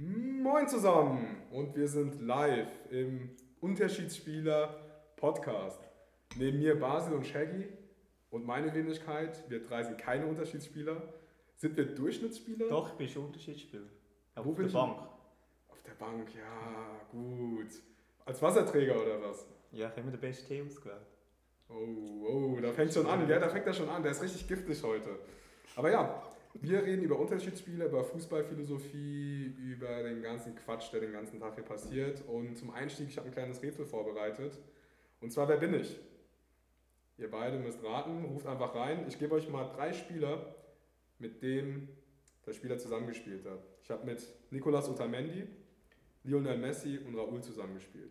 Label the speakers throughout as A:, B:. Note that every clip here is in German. A: Moin zusammen und wir sind live im Unterschiedsspieler Podcast. Neben mir Basil und Shaggy und meine Wenigkeit, wir drei sind keine Unterschiedsspieler. Sind wir Durchschnittsspieler?
B: Doch, bist du Unterschiedsspieler. Auf
A: Wo
B: der
A: bin ich?
B: Bank.
A: Auf der Bank, ja, gut. Als Wasserträger oder was?
B: Ja, ich habe mir den besten Tee ausgewählt.
A: Oh, oh, da fängt schon an, ja, da fängt er schon an, der ist richtig giftig heute. Aber ja, wir reden über Unterschiedsspiele, über Fußballphilosophie, über den ganzen Quatsch, der den ganzen Tag hier passiert. Und zum Einstieg, ich habe ein kleines Rätsel vorbereitet. Und zwar, wer bin ich? Ihr beide müsst raten, ruft einfach rein. Ich gebe euch mal drei Spieler, mit denen der Spieler zusammengespielt hat. Ich habe mit Nicolas Otamendi, Lionel Messi und Raoul zusammengespielt.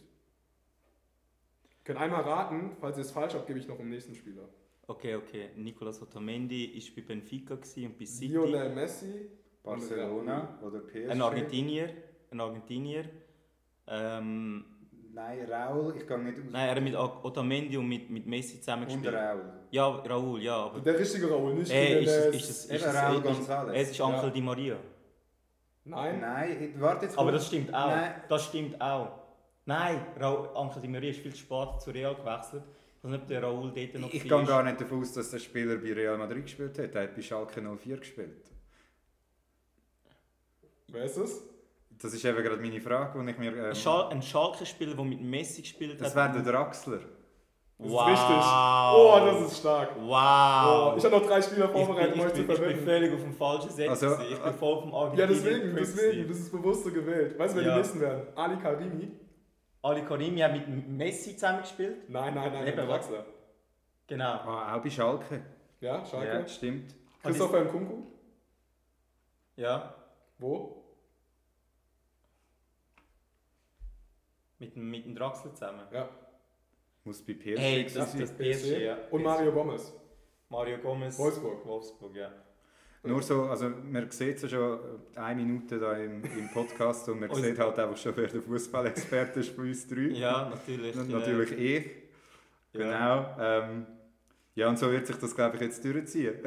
A: Könnt einmal raten, falls ihr es falsch habt, gebe ich noch im nächsten Spieler.
B: Okay, okay. Nicolas Otamendi war bei Benfica gewesen und bei City.
A: Lionel Messi,
C: Barcelona oder PSG.
B: Ein Argentinier. Ein Argentinier. Ähm,
C: Nein, Raul, ich gehe nicht aus.
B: nein, er hat mit O- Otamendi und mit, mit Messi
C: Und
B: zusammengespielt.
C: Raul.
B: Ja, Raul, ja, aber...
A: der richtige Raúl, nicht
B: Äh, ist,
A: Jiménez.
B: es- ist es, ist
C: eben
B: es,
C: Raul
B: ist-
C: González.
B: Es ist Angel Di Maria.
A: Nein,
C: Nein, ich- warte jetzt.
B: Aber
C: kurz.
B: das stimmt auch.
C: Nein.
B: Das stimmt auch. Nein, Raul, Angel Di Maria ist viel zu spät zu Real gewechselt. Ich weiß nicht, ob der Raul dort noch
C: Ich
B: war.
C: gehe gar nicht davon aus, dass der Spieler bei Real Madrid gespielt hat. Er hat bei Schalke 04 gespielt.
A: wer ist es?
C: Das ist eben gerade meine Frage, die ich mir.
B: Ein,
C: Ähm,
B: Schal ein Schalke-Spieler, der mit Messi gespielt
C: das
B: hat.
C: wäre der Draxler.
A: Das
B: Wow.
A: ist richtig. Oh, das ist stark.
B: Wow!
A: Oh, ich habe noch drei Spieler
B: Ich bin,
A: vorbereitet, um euch zu
B: ich, bin, ich bin
A: verwenden.
B: völlig auf dem falschen Set.
C: Also,
B: gewesen. ich bin voll vom Argentinien.
A: Ja, deswegen, deswegen, das ist bewusst so gewählt. Weißt du, wer
B: Ja.
A: die nächsten werden? Ali Karimi?
B: Ali Karimi hat mit Messi zusammengespielt.
A: Nein, nein, nein,
B: Eben,
A: der Draxler.
B: Genau.
C: Ah, auch bei Schalke.
A: Ja, Schalke.
C: Ja, stimmt.
A: Christopher Nkunku?
B: Ja.
A: Wo?
B: Mit, dem- mit dem Draxler zusammen.
A: Ja.
C: Muss bei PSG
B: Hey,
C: gewesen
B: das
C: sein.
B: ist PSG, ja.
A: Und Mario Gomez.
B: Mario Gomez.
A: Wolfsburg.
B: Wolfsburg, ja.
C: Nur so, also man sieht es schon äh, eine Minute da im, im Podcast und man
B: Und-
C: sieht halt einfach schon, wer der Fußballexperte ist von uns drei.
B: Ja, natürlich.
C: Und natürlich ich.
B: Ja.
C: Genau. Ähm, ja, und so wird sich das, glaube ich, jetzt durchziehen.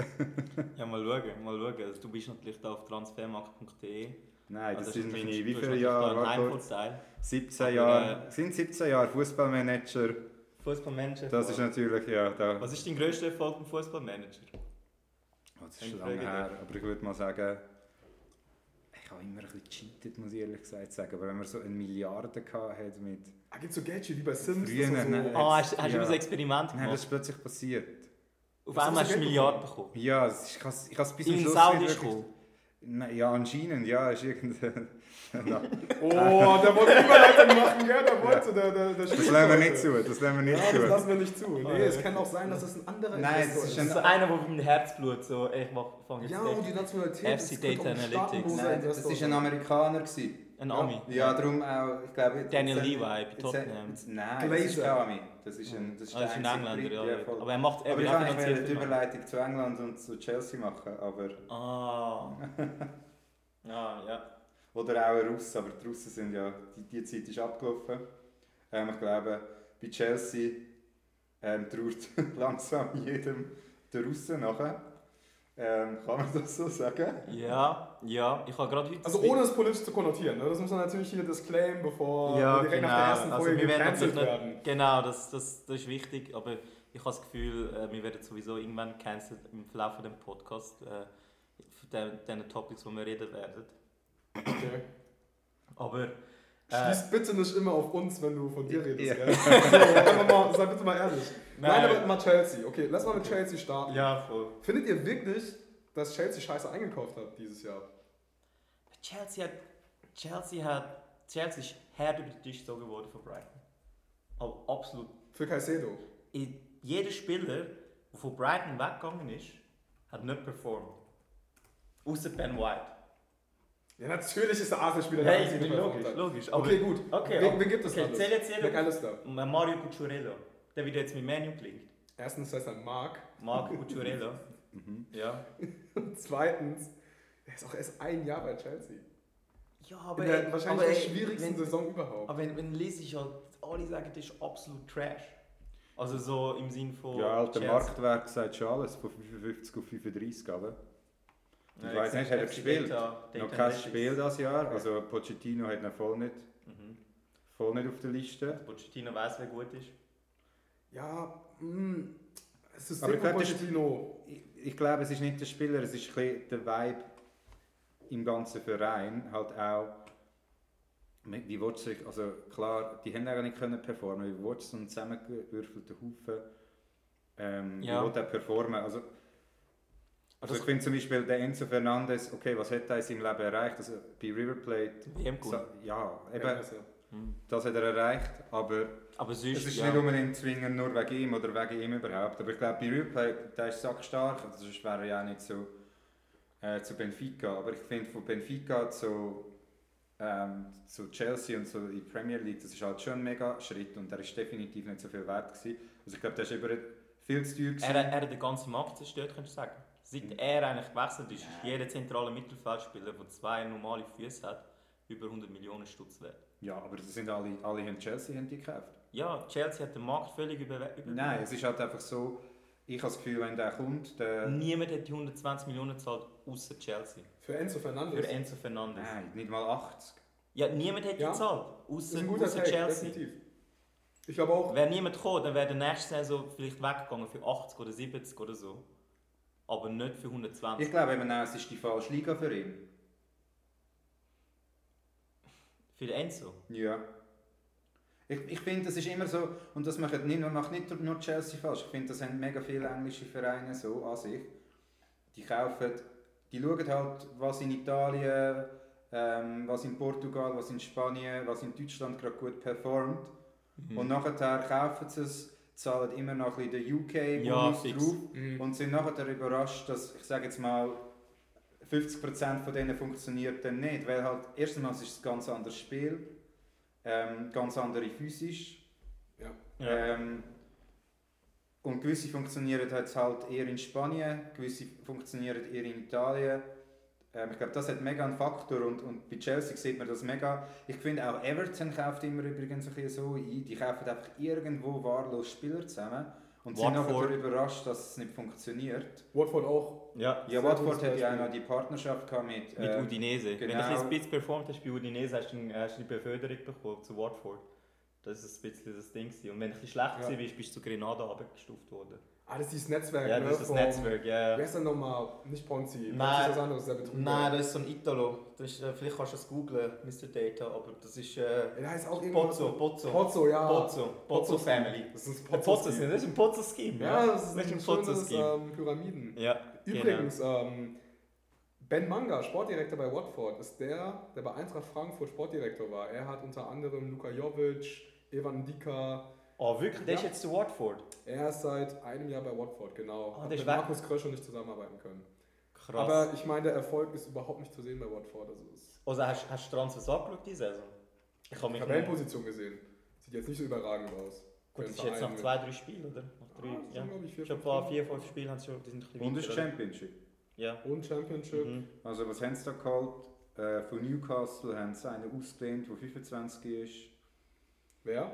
B: Ja, mal schauen, mal schauen. Also, du bist natürlich da auf transfermarkt.de.
C: Nein, das,
B: Also, du
C: sind
B: bist
C: meine,
B: natürlich-
C: wie
B: du bist
C: viele
B: natürlich da
C: Jahre?
B: ein
C: Warte kurz.
B: Einzelteil.
C: 17
B: Aber,
C: Jahre. Sind 17 Jahre Fußballmanager.
B: Fußballmanager.
C: Das ist natürlich, ja, da.
B: Was ist dein grösster Erfolg im Fußballmanager?
C: Oh, das
B: Ich
C: ist lange
B: frage
C: her. Aber ich würde mal sagen, ich habe immer ein bisschen gecheatet, muss ich ehrlich gesagt sagen. Aber wenn man so eine Milliarde hatte mit.
A: Ah, gibt's so Geldchen wie bei Sims?
C: Früher,
A: dass man
C: ne?
A: so,
B: Ah, hast, hast du
C: ja.
B: immer so ein Experiment
C: Nein,
B: gemacht?
C: das ist plötzlich passiert.
B: auf
A: hast
B: einmal
A: du
B: hast du
A: Geld
B: Milliarden bekommen.
C: Ja, es ist- ich habe es ich habe es bis zum
B: In
C: Schluss
B: Saudi
C: nicht
B: ist
C: wirklich-
B: gekommen.
C: Nein, Ja, anscheinend, ja. Ist irgendein,
A: oh, der wollte Überleitung machen, gell? Der wollte, der, der, der
C: das lassen wir nicht zu. Das lassen wir nicht
A: Ja, das
C: zu.
A: lassen wir nicht zu. Nee, es kann auch sein, dass es ein anderer
C: Nein,
A: Investor
C: es ist
B: Das ist so einer, der mit dem Herzblut so, ey, ich mach, fang jetzt
A: Ja,
B: weg.
A: und die Nationalität.
B: FC
A: es könnte auch ein
B: Data
A: staatenloser
B: Analytics.
C: Nein, das
A: Investor
C: war ein
A: sein.
C: Amerikaner. Gewesen.
B: Ein Ami.
C: Ja, darum auch, ich glaube... jetzt-
B: Daniel
C: jetzt-
B: Levi bei
C: jetzt-
B: Tottenham.
C: jetzt- Nein, das ist kein
A: Glazer.
C: Ami. Das ist ein... Das ist,
B: Ah,
C: der
B: das ist ein
C: einzige
B: Engländer,
C: Brit,
B: ja.
C: voll.
B: aber er macht er
C: Aber
B: will
C: ich
B: auch
C: kann eigentlich
B: finanziell
C: die
B: viel machen.
C: Überleitung zu England und zu Chelsea machen, aber...
B: Ah. ah, ja.
C: Oder auch ein Russ, aber die Russen sind ja... Die, die Zeit ist abgelaufen. Ähm, ich glaube, bei Chelsea ähm, trauert langsam jedem der Russen nachher. Ähm, kann man das so sagen?
B: Ja, ja. Ich habe gerade heute...
A: Also ohne es politisch zu konnotieren, ne? das muss man natürlich hier disclaimen, bevor
B: ja,
A: wir direkt
B: genau.
A: nach der ersten
B: also
A: Folge
B: wir werden
A: gecancelt
B: natürlich
A: werden.
B: nicht, Genau, das, das, das ist wichtig. Aber ich habe das Gefühl, äh, wir werden sowieso irgendwann gecancelt im Verlauf von dem Podcast. Äh, von den, den Topics, die wir reden werden.
A: Okay.
B: Aber... Äh,
A: Schließ bitte nicht immer auf uns, wenn du von dir redest.
C: Ja.
A: Gell? So, einfach mal, sei bitte mal ehrlich. Nein,
B: Nein.
A: aber mal Chelsea. Okay, lass mal mit Chelsea starten.
B: ja, voll.
A: Findet ihr wirklich, dass Chelsea scheiße eingekauft hat dieses Jahr?
B: Chelsea hat. Chelsea hat. Chelsea ist hart über den Tisch gezogen worden von Brighton. Aber absolut.
A: Für Caicedo.
B: I- Jeder Spieler, der von Brighton weggegangen ist, hat nicht performt. Außer Ben White.
A: Ja, natürlich ist der Arsenal-Spieler
B: Hey,
A: einzige, der
B: logisch,
A: performt hat.
B: logisch, aber-
A: Okay, gut.
B: Okay,
A: wen,
B: aber-
A: wen gibt es
B: okay,
A: alles?
B: zähl jetzt jeder-
A: Wer alles da?
B: Mario Cucurello. Der wieder jetzt mit Manu klingt.
A: Erstens heißt er Mark.
B: Marco Cucurello.
C: Mhm.
B: Ja.
A: Und zweitens, er ist auch erst ein Jahr bei Chelsea.
B: Ja,
A: Aber
B: aber.
A: In der
B: ey,
A: wahrscheinlich
B: aber,
A: der
B: ey,
A: schwierigsten
B: wenn,
A: Saison überhaupt.
B: Aber wenn, wenn lese ich halt, alle sagen, das ist absolut Trash. Also so im Sinne von.
C: Ja, alter
B: Chelsea.
C: Marktwert sagt schon alles, von 55 auf 35, aber... Ich weiß nicht, hat er gespielt? Noch kein Spiel das Jahr. Also Pochettino hat ihn voll nicht,
B: Mhm.
C: voll nicht auf der Liste.
B: Pochettino weiß, wer gut ist.
A: Ja, mh, es ist
C: Aber
A: sehr
C: ich glaub, das-
A: Pochettino.
C: Ich, ich glaube, es ist nicht der Spieler, es ist ein bisschen der Vibe im ganzen Verein. Halt auch, mit- wie willst du, also klar, die haben auch nicht können performen. Wie willst du so einen zusammengewürfelten Haufen ähm,
B: Ja.
C: wie willst du auch performen? Also, also
B: das-
C: ich finde zum Beispiel der Enzo Fernandes, okay, was hat er in seinem Leben erreicht? Also bei River Plate,
B: WM
C: sa-
B: gut.
C: ja,
A: Ja,
C: eben,
A: also,
B: Mhm.
C: das hat er erreicht, aber
B: Aber sonst,
C: Es ist
B: ja.
C: nicht unbedingt zwingend nur wegen ihm oder wegen ihm überhaupt. Aber ich glaube, bei Replay, der ist sackstark, also sonst wäre er ja auch nicht so äh, zu Benfica. Aber ich finde, von Benfica zu, ähm, zu Chelsea und so in die Premier League, das ist halt schon ein mega Schritt und er ist definitiv nicht so viel wert. Gewesen. Also ich glaube, der ist über viel zu teuer.
B: er,
C: Gewesen.
B: er hat den ganzen Markt zerstört, könntest du sagen.
C: Mhm.
B: Seit er eigentlich gewechselt ist, ist jeder zentrale Mittelfeldspieler, der zwei normale Füße hat, über 100 Millionen Stutz wert.
C: Ja, aber das sind alle, alle haben Chelsea haben die gekauft.
B: Ja, Chelsea hat den Markt völlig über. über
C: Nein, es ist halt einfach so, ich habe das Gefühl, wenn der kommt,
A: Äh,
C: der...
B: Niemand hat die 120 Millionen gezahlt, außer Chelsea.
A: für Enzo Fernandes.
B: Für Enzo Fernandes.
C: Nein, nicht mal 80.
B: Ja, niemand hat die
A: Ja.
B: gezahlt,
A: Das ist
B: außer,
A: ein guter
B: außer
A: Take,
B: Chelsea.
A: definitiv. Ich glaube auch,
B: Wäre niemand gekommen, dann wäre der nächste Saison vielleicht weggegangen für 80 oder 70 oder so. Aber nicht für 120.
C: Ich glaube eben auch, es ist die falsche Liga für ihn.
B: Für Enzo.
C: Ja. Ich, ich finde, das ist immer so, und das macht nicht, nur- macht nicht nur Chelsea falsch. Ich finde, das haben mega viele englische Vereine so an sich. Die kaufen, die schauen halt, was in Italien, ähm, was in Portugal, was in Spanien, was in Deutschland gerade gut performt.
A: Mhm.
B: Mhm.
C: Und nachher kaufen sie es, zahlen immer noch ein bisschen den
B: Ja,
C: UK-Bonus
B: fix.
C: drauf
A: Mhm.
C: und sind nachher überrascht, dass, ich sage jetzt mal, 50% von denen funktioniert dann nicht, weil halt, erstens mal, es ist ein ganz anderes Spiel, ähm, ganz andere physisch,
A: äh,
B: Ja.
C: ähm, und gewisse funktionieren halt, halt eher in Spanien, gewisse funktionieren eher in Italien. Ähm, ich glaube, das hat mega einen Faktor und, und bei Chelsea sieht man das mega. Ich finde auch Everton kauft immer übrigens ein bisschen so ein. Die kaufen einfach irgendwo wahllos Spieler zusammen und sind
B: Watford.
C: nachher überrascht, dass es nicht funktioniert.
A: Watford auch.
B: ja.
C: Ja,
A: Sehr
C: Watford
A: gutes
C: hat ja auch
A: Beispiel.
C: noch die Partnerschaft gehabt mit,
B: Mit
A: äh,
C: ähm,
B: Udinese. Wenn
C: genau.
B: du ein bisschen Spitz performt hast bei Udinese, hast du eine, hast du eine Beförderung bekommen zu Watford. Das ist ein bisschen das Ding. gewesen. Und wenn du ein bisschen schlecht
A: Ja.
B: ja. bist, bist du zu Grenada abgestuft worden.
A: Ah, das ist dieses Netzwerk.
B: Ja,
A: ne,
B: das ist das
A: vom-
B: Netzwerk. Ja.
A: Wer ist denn nochmal? Nicht Ponzi.
B: Nein.
A: Das ist was anderes, der Betrüger.
B: Nein, das ist so ein Italo. Das ist, äh, vielleicht kannst du es googlen, Mr. Data, aber das ist äh,
A: Der heißt auch irgendwas.
B: Pozzo, Pozzo.
A: Pozzo, ja.
B: Pozzo, Pozzo Family.
A: Das ist
B: Ein Pozzo,
A: Pozzo.
B: das ist ein Pozzo-Scheme.
A: Ja, das ist
B: nicht
A: ein
B: ein Pozzo
A: schönes
B: Scheme.
A: ähm, Pyramiden.
B: Ja,
A: Übrigens, ähm, Ben Manga, Sportdirektor bei Watford, ist der, der bei Eintracht Frankfurt Sportdirektor war. Er hat unter anderem Luka Jovic, Evan Dika.
B: Oh, wirklich? Der ist
A: Ja.
B: jetzt zu Watford.
A: Er ist seit einem Jahr bei Watford, genau.
B: Ah,
A: Hat
B: der
A: mit
B: ist weg.
A: Markus Krösche nicht zusammenarbeiten können.
B: Krass.
A: Aber ich meine, der Erfolg ist überhaupt nicht zu sehen bei Watford. Also es ist
B: also hast, hast du Transfers angeschaut diese Saison? Ich habe mich nur-
A: Tabellenposition gesehen. Sieht jetzt nicht so überragend aus.
B: Gut, das ist
A: Für einen
B: jetzt nach
A: Verein
B: zwei, drei Spielen, oder? Nach
A: mit-
B: drei,
A: Ah, das
B: ja.
A: sind, glaub ich, vier,
B: Ich habe
A: fünf
B: vor
A: Punkte.
B: vier, fünf Spielen, haben sie schon, die sind ein bisschen
C: und das
B: weiter,
C: ist
B: oder?
C: Championship.
B: Ja.
A: Und Championship.
B: Mhm.
C: Also was haben sie da geholt? Äh, von Newcastle haben sie einen ausgelehnt, der 25 ist.
A: Wer?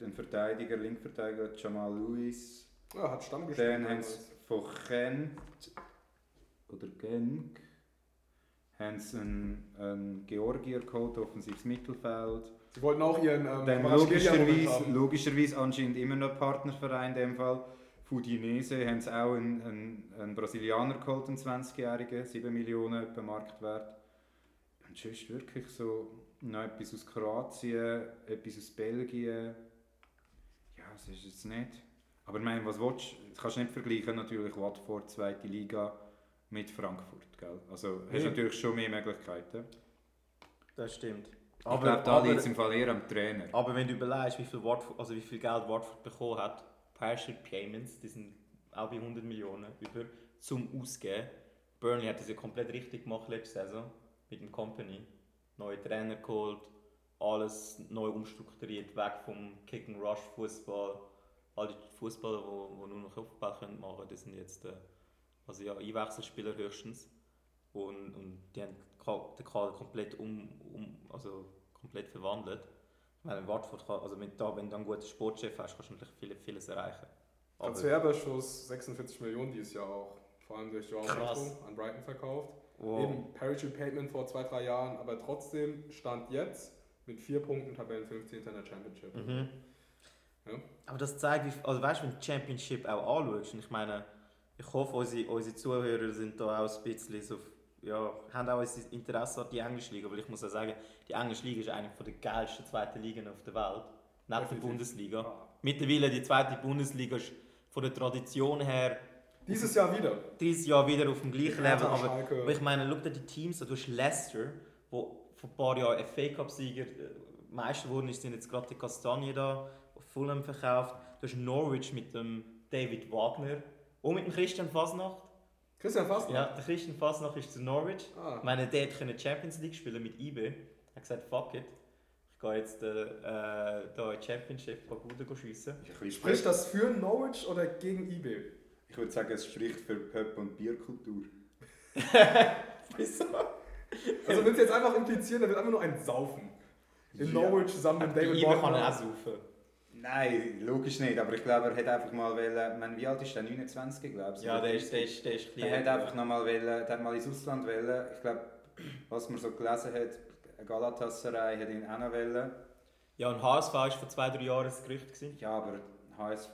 C: Den Verteidiger, Linkverteidiger Jamal Lewis.
A: Ja, hat Stamm gespielt.
C: Dann haben sie
A: damals.
C: von Kent oder Genk haben sie einen, einen Georgier geholt, offensives Mittelfeld.
A: Sie wollten auch ihren ähm,
C: Dann
A: Brasilia-Moment
C: logischerweise,
A: haben.
C: logischerweise anscheinend immer noch Partnerverein in dem Fall. Fudinese haben sie auch einen, einen, einen Brasilianer geholt, einen 20-Jährigen, 7 Millionen etwa Marktwert. Und sonst wirklich so noch etwas aus Kroatien, etwas aus Belgien. Ja, das ist jetzt nicht. Aber ich meine, was willst du? Das kannst du nicht vergleichen, natürlich Watford, zweite Liga mit Frankfurt, gell? Also hast
A: Nee.
C: du natürlich schon mehr Möglichkeiten.
B: Das stimmt.
C: ich glaube, da liegt es im Fall eher am Trainer.
B: Aber wenn du überlegst, wie viel, Watford, also wie viel Geld Watford bekommen hat, Partial Payments, die sind auch bei 100 Millionen über, zum Ausgeben. Burnley hat das ja komplett richtig gemacht letzte Saison mit dem Company. Neue Trainer geholt, alles neu umstrukturiert, weg vom Kick and Rush Fußball. All die Fußballer, die wo, wo nur noch Kopfball können machen können, die sind jetzt äh, also ja, Einwechselspieler höchstens. Und, und die haben ka- den Kader komplett, um, um, also komplett verwandelt. Ich meine, Watford kann, also mit da, wenn du einen guten Sportchef hast, kannst du natürlich viel, vieles erreichen. Aber
A: Transferüberschuss 46 Millionen dieses Jahr auch. vor allem durch Joao
B: Krass.
A: Pedro an Brighton verkauft.
B: Wow.
A: Eben Parachute Payment vor zwei, drei Jahren, aber trotzdem stand jetzt mit vier Punkten Tabellen 15. in der Championship.
B: Mhm.
A: Ja.
B: Aber das zeigt, wie, also weißt du, wenn du die Championship auch anschaust, und ich meine, ich hoffe, unsere, unsere Zuhörer sind da auch ein bisschen so, ja, haben auch ein Interesse an die englische Liga, weil ich muss auch sagen, die englische Liga ist eine von der geilsten zweiten Ligen auf der Welt, neben der
A: Definitiv.
B: Bundesliga.
A: Ah.
B: Mittlerweile die zweite Bundesliga ist von der Tradition her
A: Dieses Jahr wieder.
B: 30 Jahre wieder auf dem gleichen
A: Ja,
B: Level, aber,
A: Schalke.
B: aber ich meine, schau dir die Teams an. Du hast Leicester, wo vor ein paar Jahren FA Cup-Sieger äh, Meister geworden ist, sind jetzt gerade die Kastanie da, auf Fulham verkauft. Du hast Norwich mit dem David Wagner und mit dem Christian Fasnacht.
A: Christian Fastnacht.
B: Ja, der Christian Fasnacht ist zu Norwich.
A: Ah.
B: Ich meine, der hätte Champions League spielen mit IB. Er hat gesagt, fuck it. Ich gehe jetzt äh, äh, da in die Championship, gehe gut schiessen.
C: Ist ein bisschen
A: Spricht das für Norwich oder gegen E eBay?
C: Ich würde sagen, es spricht für Pöpp- und Bierkultur.
B: Wieso?
A: Also willst du jetzt einfach implizieren, da wird einfach nur ein Saufen. In
C: Ja.
A: Norwich zusammen mit
B: Die E
A: David
B: IB kann
A: Wagner.
B: auch saufen.
C: Nein, logisch nicht, aber ich glaube, er hat einfach mal wollen, ich meine, wie alt ist der? 29, glaube ich.
B: Ja, der ist, der ist, der ist
C: Der hat einfach noch mal wollen, der hat mal ins Ausland wollen. Ich glaube, was man so gelesen hat, Galatasaray hat ihn auch noch wollen.
B: Ja, und HSV war vor zwei, drei Jahren das Gerücht. Gewesen.
C: Ja, aber HSV.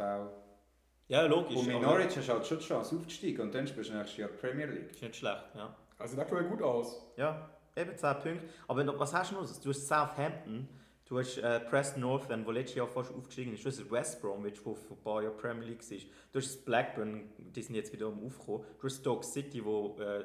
B: Ja, logisch.
C: Und mit
B: aber
C: Norwich hast du halt schon die Chance aufzusteigen und dann spielst du nächstes Jahr die Premier League.
B: Ist nicht schlecht, ja.
A: Also sieht aktuell gut aus.
B: Ja, eben 10 Punkte. Aber noch- was hast du noch? Du hast Southampton, du hast äh, Preston North, End, wo letztes Jahr fast aufgestiegen ist. Du hast West Bromwich, wo vor ein paar Jahren Premier League war. Du hast Blackburn, die sind jetzt wieder am Aufkommen. Du hast Stoke City, wo äh,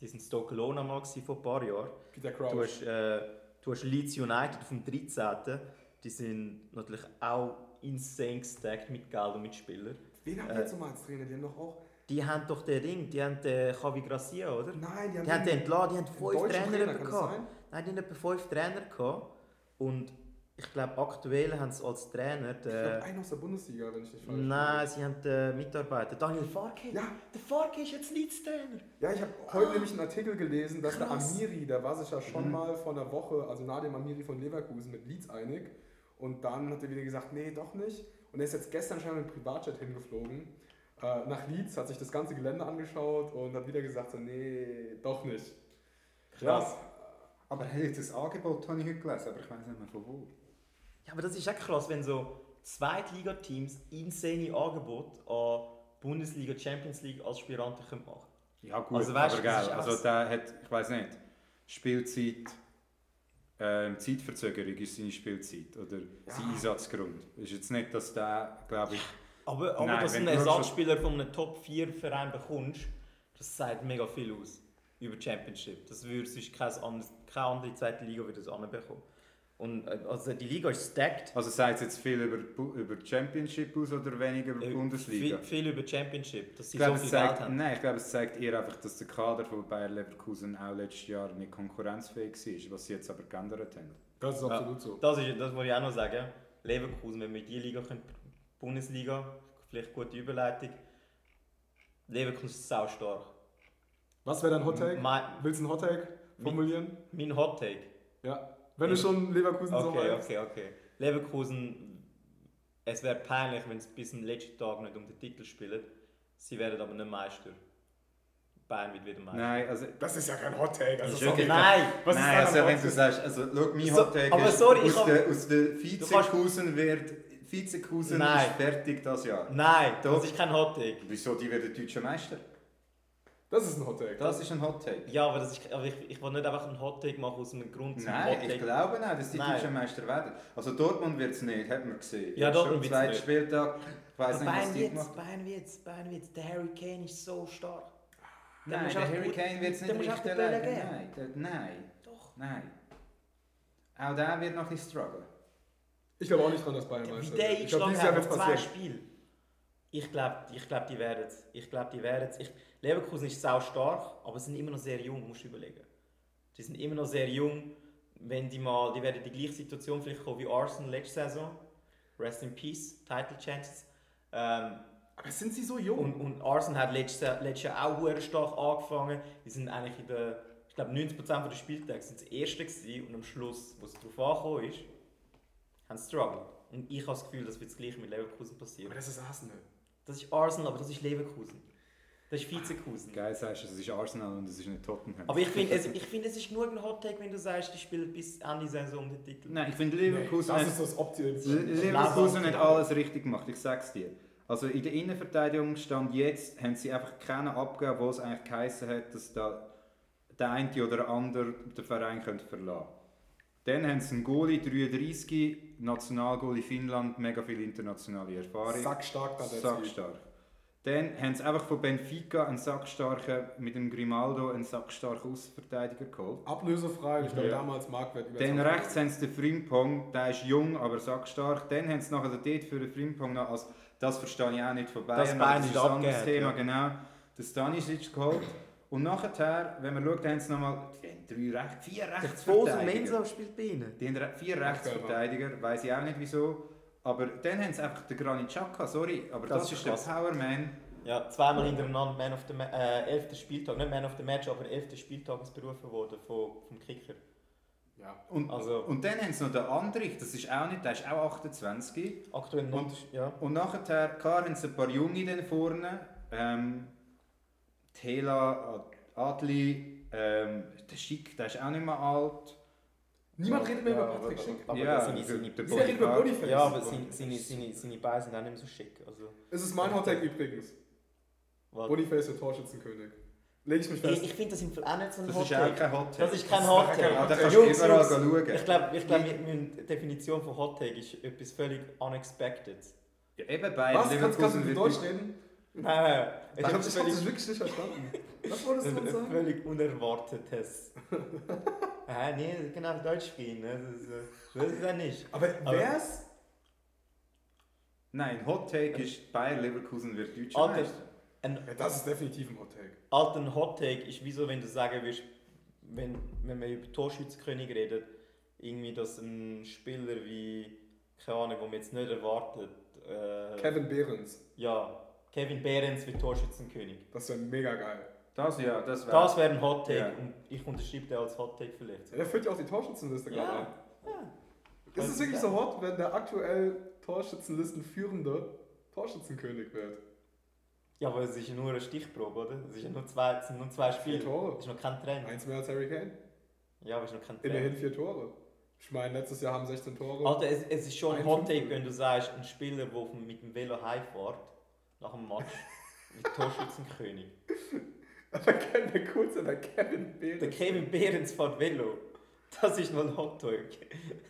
B: die sind Stoke Lona mal gewesen vor ein paar Jahren.
A: Peter
B: Du
A: Crouch.
B: hast, äh, du hast Leeds United vom 13. Die sind natürlich auch insane gestackt mit Geld und mit Spielern.
A: Wen
B: Äh.
A: haben wir jetzt nochmal als Trainer? Die haben doch auch...
B: Die haben doch den Ding, die haben den Javi Gracia, oder?
A: Nein, die haben...
B: Die haben den
A: den-
B: entlassen, die haben
A: deutschen
B: fünf Trainer,
A: Trainer, kann das
B: gehabt.
A: sein?
B: Nein, die haben etwa fünf Trainer gehabt. Und ich glaube, aktuell haben sie als Trainer
A: Ich glaube,
B: den.
A: einen aus der Bundesliga, wenn ich nicht falsch bin.
B: Nein, sie haben den Mitarbeiter. Daniel Farke.
A: Ja.
B: Der Farke ist jetzt Leeds-Trainer.
A: Ja, ich habe heute nämlich einen Artikel gelesen, dass
B: Krass. Mhm.
A: der Amiri, der war sich ja schon mal vor einer Woche, also nahe dem Amiri von Leverkusen mit Leeds einig. Und dann hat er wieder gesagt, nee, doch nicht. Und er ist jetzt gestern schon mit dem Privatjet hingeflogen. Äh, nach Leeds hat sich das ganze Gelände angeschaut und hat wieder gesagt, so, nee, doch nicht.
B: Krass.
C: Aber er hat ein Angebot, habe ich heute gelesen, aber ich weiß nicht mehr von wo.
B: Ja, aber das ist auch krass, wenn so Zweitliga-Teams insane Angebote an Bundesliga, Champions League Aspiranten können machen
C: Ja gut,
B: Also, weißt
C: aber
B: du, das
C: geil.
B: ist auch-
C: Also der hat, ich weiß nicht, Spielzeit, ähm, Zeitverzögerung ist seine Spielzeit oder sein Einsatzgrund. Ist jetzt nicht, dass der, glaube ich,
B: Aber, aber
C: Nein,
B: dass du
C: wenn
B: einen
C: du nur
B: Ersatzspieler von einem Top-4-Verein bekommst, das sagt mega viel aus über die Championship. Das würde sonst kein anderes, keine andere zweite Liga wieder so anbekommen. Und äh, also die Liga ist stacked.
C: also sagt es jetzt viel über, die Bu- über die Championship aus oder weniger über die
B: Äh,
C: Bundesliga?
B: Viel, viel über die Championship, dass sie
C: Ich glaube,
B: so
C: es
B: viel
C: zeigt,
B: Geld haben.
C: nein, ich glaube, es zeigt eher einfach, dass der Kader von Bayer Leverkusen auch letztes Jahr nicht konkurrenzfähig war, was sie jetzt aber geändert haben.
A: Das ist absolut so.
B: Das, ist, das wollte ich auch noch sagen. Leverkusen, wenn wir die Liga können, Bundesliga, vielleicht gute Überleitung. Leverkusen ist sau stark.
A: Was wäre dein Hot Take?
B: Mein,
A: Willst du einen Hot Take formulieren?
B: mein Hot Take.
A: Ja. Wenn du schon Leverkusen so
B: Okay,
A: weit.
B: okay, okay. Leverkusen, es wäre peinlich, wenn sie bis zum letzten Tag nicht um den Titel spielen. Sie werden aber nicht Meister. Bayern wird wieder Meister.
C: Nein, also...
A: Das ist ja kein Hot Take. Also,
B: Ist
A: sorry.
B: wirklich- Nein!
A: Was ist
C: nein,
A: daran
C: also wenn
A: Hot
C: du sagst, also schau, mein
B: So,
C: Hot Take
B: aber
C: ist,
B: sorry, ich
C: aus,
B: hab-
C: der, aus der
B: kannst-
C: Vizekusen wird... Vizekusen
B: Nein.
C: ist fertig das Jahr.
B: Nein,
C: Doch.
B: das ist kein Hot Take.
C: Wieso, die werden deutscher Meister?
B: genau-
A: Das ist ein Hot Take.
C: Das ist ein Hot Take.
B: Ja, aber, das ist, aber ich, ich will nicht einfach einen Hot Take machen aus einem Grund zum Hot
C: Nein,
B: Take.
C: ich glaube nicht, dass die
B: Nein.
C: deutscher Meister werden. Also Dortmund wird es nicht, hat man gesehen.
B: Ja,
C: Jetzt
B: Dortmund
C: schon
B: wird's
C: Zweiter
B: nicht.
C: Spieltag, ich
B: Aber
C: weiß nicht, was
B: Bayern
C: die gemacht
B: wird's, Bayern wird's, Bayern wird's. Der Harry Kane ist so stark.
C: Nein,
B: musst
C: der
B: auch
C: Harry
B: gut-
C: Kane wird es nicht
B: den musst du auch
C: richtig
B: die Bälle
C: leiden.
B: geben.
C: Nein, der, nein,
B: Doch.
C: nein. Auch der wird noch ein bisschen strugglen.
A: Ich glaube auch nicht dran, dass Bayern
B: Wie
A: Meister
B: der
A: wird. Ich glaube,
B: eingeschlagen
A: dieses Jahr
B: hat
A: wird
B: auf
A: es
B: zwei
A: passieren.
B: Spiele. Ich glaube, ich glaub, die werden es. Ich glaube, die werden es. Leverkusen ist sau stark, aber sie sind immer noch sehr jung, musst du überlegen. Die sind immer noch sehr jung. Wenn die mal, die werden in die gleiche Situation vielleicht kommen wie Arsenal letzte Saison. Rest in Peace, Title Chances. Ähm,
A: Aber sind sie so jung?
B: und, und Arsenal hat letztes letztes Jahr auch sehr stark angefangen. Die sind eigentlich in der, ich glaube 90% der Spieltage sind das Erste gewesen und am Schluss, wo es darauf angekommen ist, haben sie struggled. Und ich habe das Gefühl, das wird das gleiche mit Leverkusen
A: aber
B: passieren.
A: das ist Arsenal.
B: Das ist Arsenal, aber das ist Leverkusen. Das ist Vizekusen.
C: Geil sagst du, es ist Arsenal und es ist nicht Tottenham.
B: Aber ich finde, es, ich find, es ist genug ein Hot Take, wenn du sagst, die spielen bis Ende Saison den Titel.
C: Nein, ich finde
A: Nee,
C: Leverkusen,
A: das
C: hat,
A: ist das
C: Le-
A: Optimum.
C: Leverkusen hat alles richtig gemacht, ich sag's dir. Also in der Innenverteidigung stand jetzt, haben sie einfach keine Abgabe, wo es eigentlich geheißen hat, dass da der eine oder andere den Verein könnte verlassen Dann haben sie einen Goalie, 33, Nationalgoalie Finnland, mega viel internationale Erfahrung.
A: Sackstark da der
C: Sackstark. Dann haben sie einfach von Benfica einen sackstarken, mit dem Grimaldo einen sackstarken Außenverteidiger geholt.
A: Ablösefrei, ich glaube
B: Ja.
A: damals Marktwert über
C: Dann
A: 20.
C: rechts haben sie den Frimpong, der ist jung, aber sackstark. Dann haben sie nachher dort für den Frimpong noch als, das verstehe ich auch nicht von Bayern,
B: Das
C: aber
B: Bein
C: das
B: ist
C: ist ein anderes
B: abgehakt,
C: Thema,
B: ja.
C: genau. Den Stanisic geholt. Und nachher, wenn man schaut, haben sie nochmal drei, recht, vier Rechtsverteidiger.
B: spielt bei ihnen.
C: Die haben re-
B: genau.
C: vier Rechtsverteidiger, weiß ich auch nicht wieso. Aber dann haben sie einfach den Granit Xhaka, sorry, aber das,
B: Das
C: ist
B: ist
C: der
B: krass.
C: Powerman.
B: Ja, zweimal hintereinander Man of the Ma äh, elfter Spieltag, nicht Man of the Match, aber elfter Spieltag ist berufen worden vom, vom Kicker.
A: Ja.
C: Und,
B: Also-
C: und dann haben sie noch den Andrich, das ist auch nicht, der ist auch 28.
B: Aktuell noch. ja.
C: Und nachher, klar, haben sie ein paar Junge dann vorne. Ähm, Tela, Ad- Adli, ähm, der Schick, der ist auch nicht mehr alt.
A: Niemand redet mehr
B: Ja,
A: über Patrick
B: aber-
A: Schick.
B: Aber
C: ja,
B: seine- seine-
C: der
A: Jeder redet über
C: Boniface.
A: Boniface.
B: Ja, aber seine, seine, seine, seine Beine sind auch nicht mehr so schick. Also,
A: Es ist mein Hottag übrigens.
B: warte.
A: Boniface der Torschützenkönig. Leg ich mich
B: ich
A: fest.
B: ich finde das im Fall auch nicht so ein
C: Das
B: Hot
C: ist auch
B: Take.
C: kein Hot
B: Das
C: Take.
B: ist kein
A: Das
B: Hot
A: ist kein
C: Ja, da
B: Take.
C: kannst du
B: Jungs,
C: überall
B: Jungs,
C: schauen.
B: Ich glaube, ich glaub, wir- wir- die Definition von Hot Take ist etwas völlig unexpected.
C: Ja, eben bei
A: Was? Kannst, kannst du
C: wird
A: mit Deutsch reden?
B: Nein,
A: Ich
B: es
A: habe
B: ist
A: das
B: völlig,
A: wirklich nicht verstanden. Was wolltest du uns sagen?
B: völlig unerwartetes. ah, nee, genau, Deutsch spielen. ne? Das ist, äh, das ist ja nicht.
A: Aber
B: Aber-
A: wär's?
C: Nein, Hot Take ist, Bayer Leverkusen wird deutscher
B: Alter.
C: Meister.
B: Ein
A: Ja, das ist definitiv ein Hottag.
B: alter Hot Take ist wie so, wenn du sagen würdest, wenn, wenn man über Torschützenkönig redet, irgendwie, dass ein Spieler wie, keine Ahnung, wo man jetzt nicht erwartet, äh,
A: Kevin Behrens.
B: Ja, Kevin Behrens wird Torschützenkönig.
A: Das wäre mega geil.
C: Das ja, das wäre.
B: Das wäre ein Hot Take
C: Ja.
B: und ich unterschreibe den als Hot Take vielleicht.
A: Ja, der füllt ja auch die Torschützenliste
B: Ja.
A: gerade ein. Ist es wirklich so hot, wenn der aktuell Torschützenlistenführende Torschützenkönig wird?
B: Ja, aber es ist ja nur eine Stichprobe, oder? Es ist ja nur zwei, es sind nur zwei
A: Vier
B: Spiele. Es
A: Tore.
B: ist noch kein Trend.
A: Eins mehr als Harry Kane.
B: Ja, aber es ist noch kein
A: Immerhin
B: Trend.
A: vier Tore. Ich meine, letztes Jahr haben 16 Tore.
B: Alter, es, es ist schon ein
A: Ein
B: Hot Take,
A: Fünftel.
B: wenn du sagst, ein Spieler, der vom- mit dem Velo heimfährt, nach dem Match, wird Torschützenkönig.
A: Aber Kevin der Kurze, der Kevin
B: Der
A: Behrens.
B: Kevin Behrens fährt Velo. Das ist mal ein Hot Take.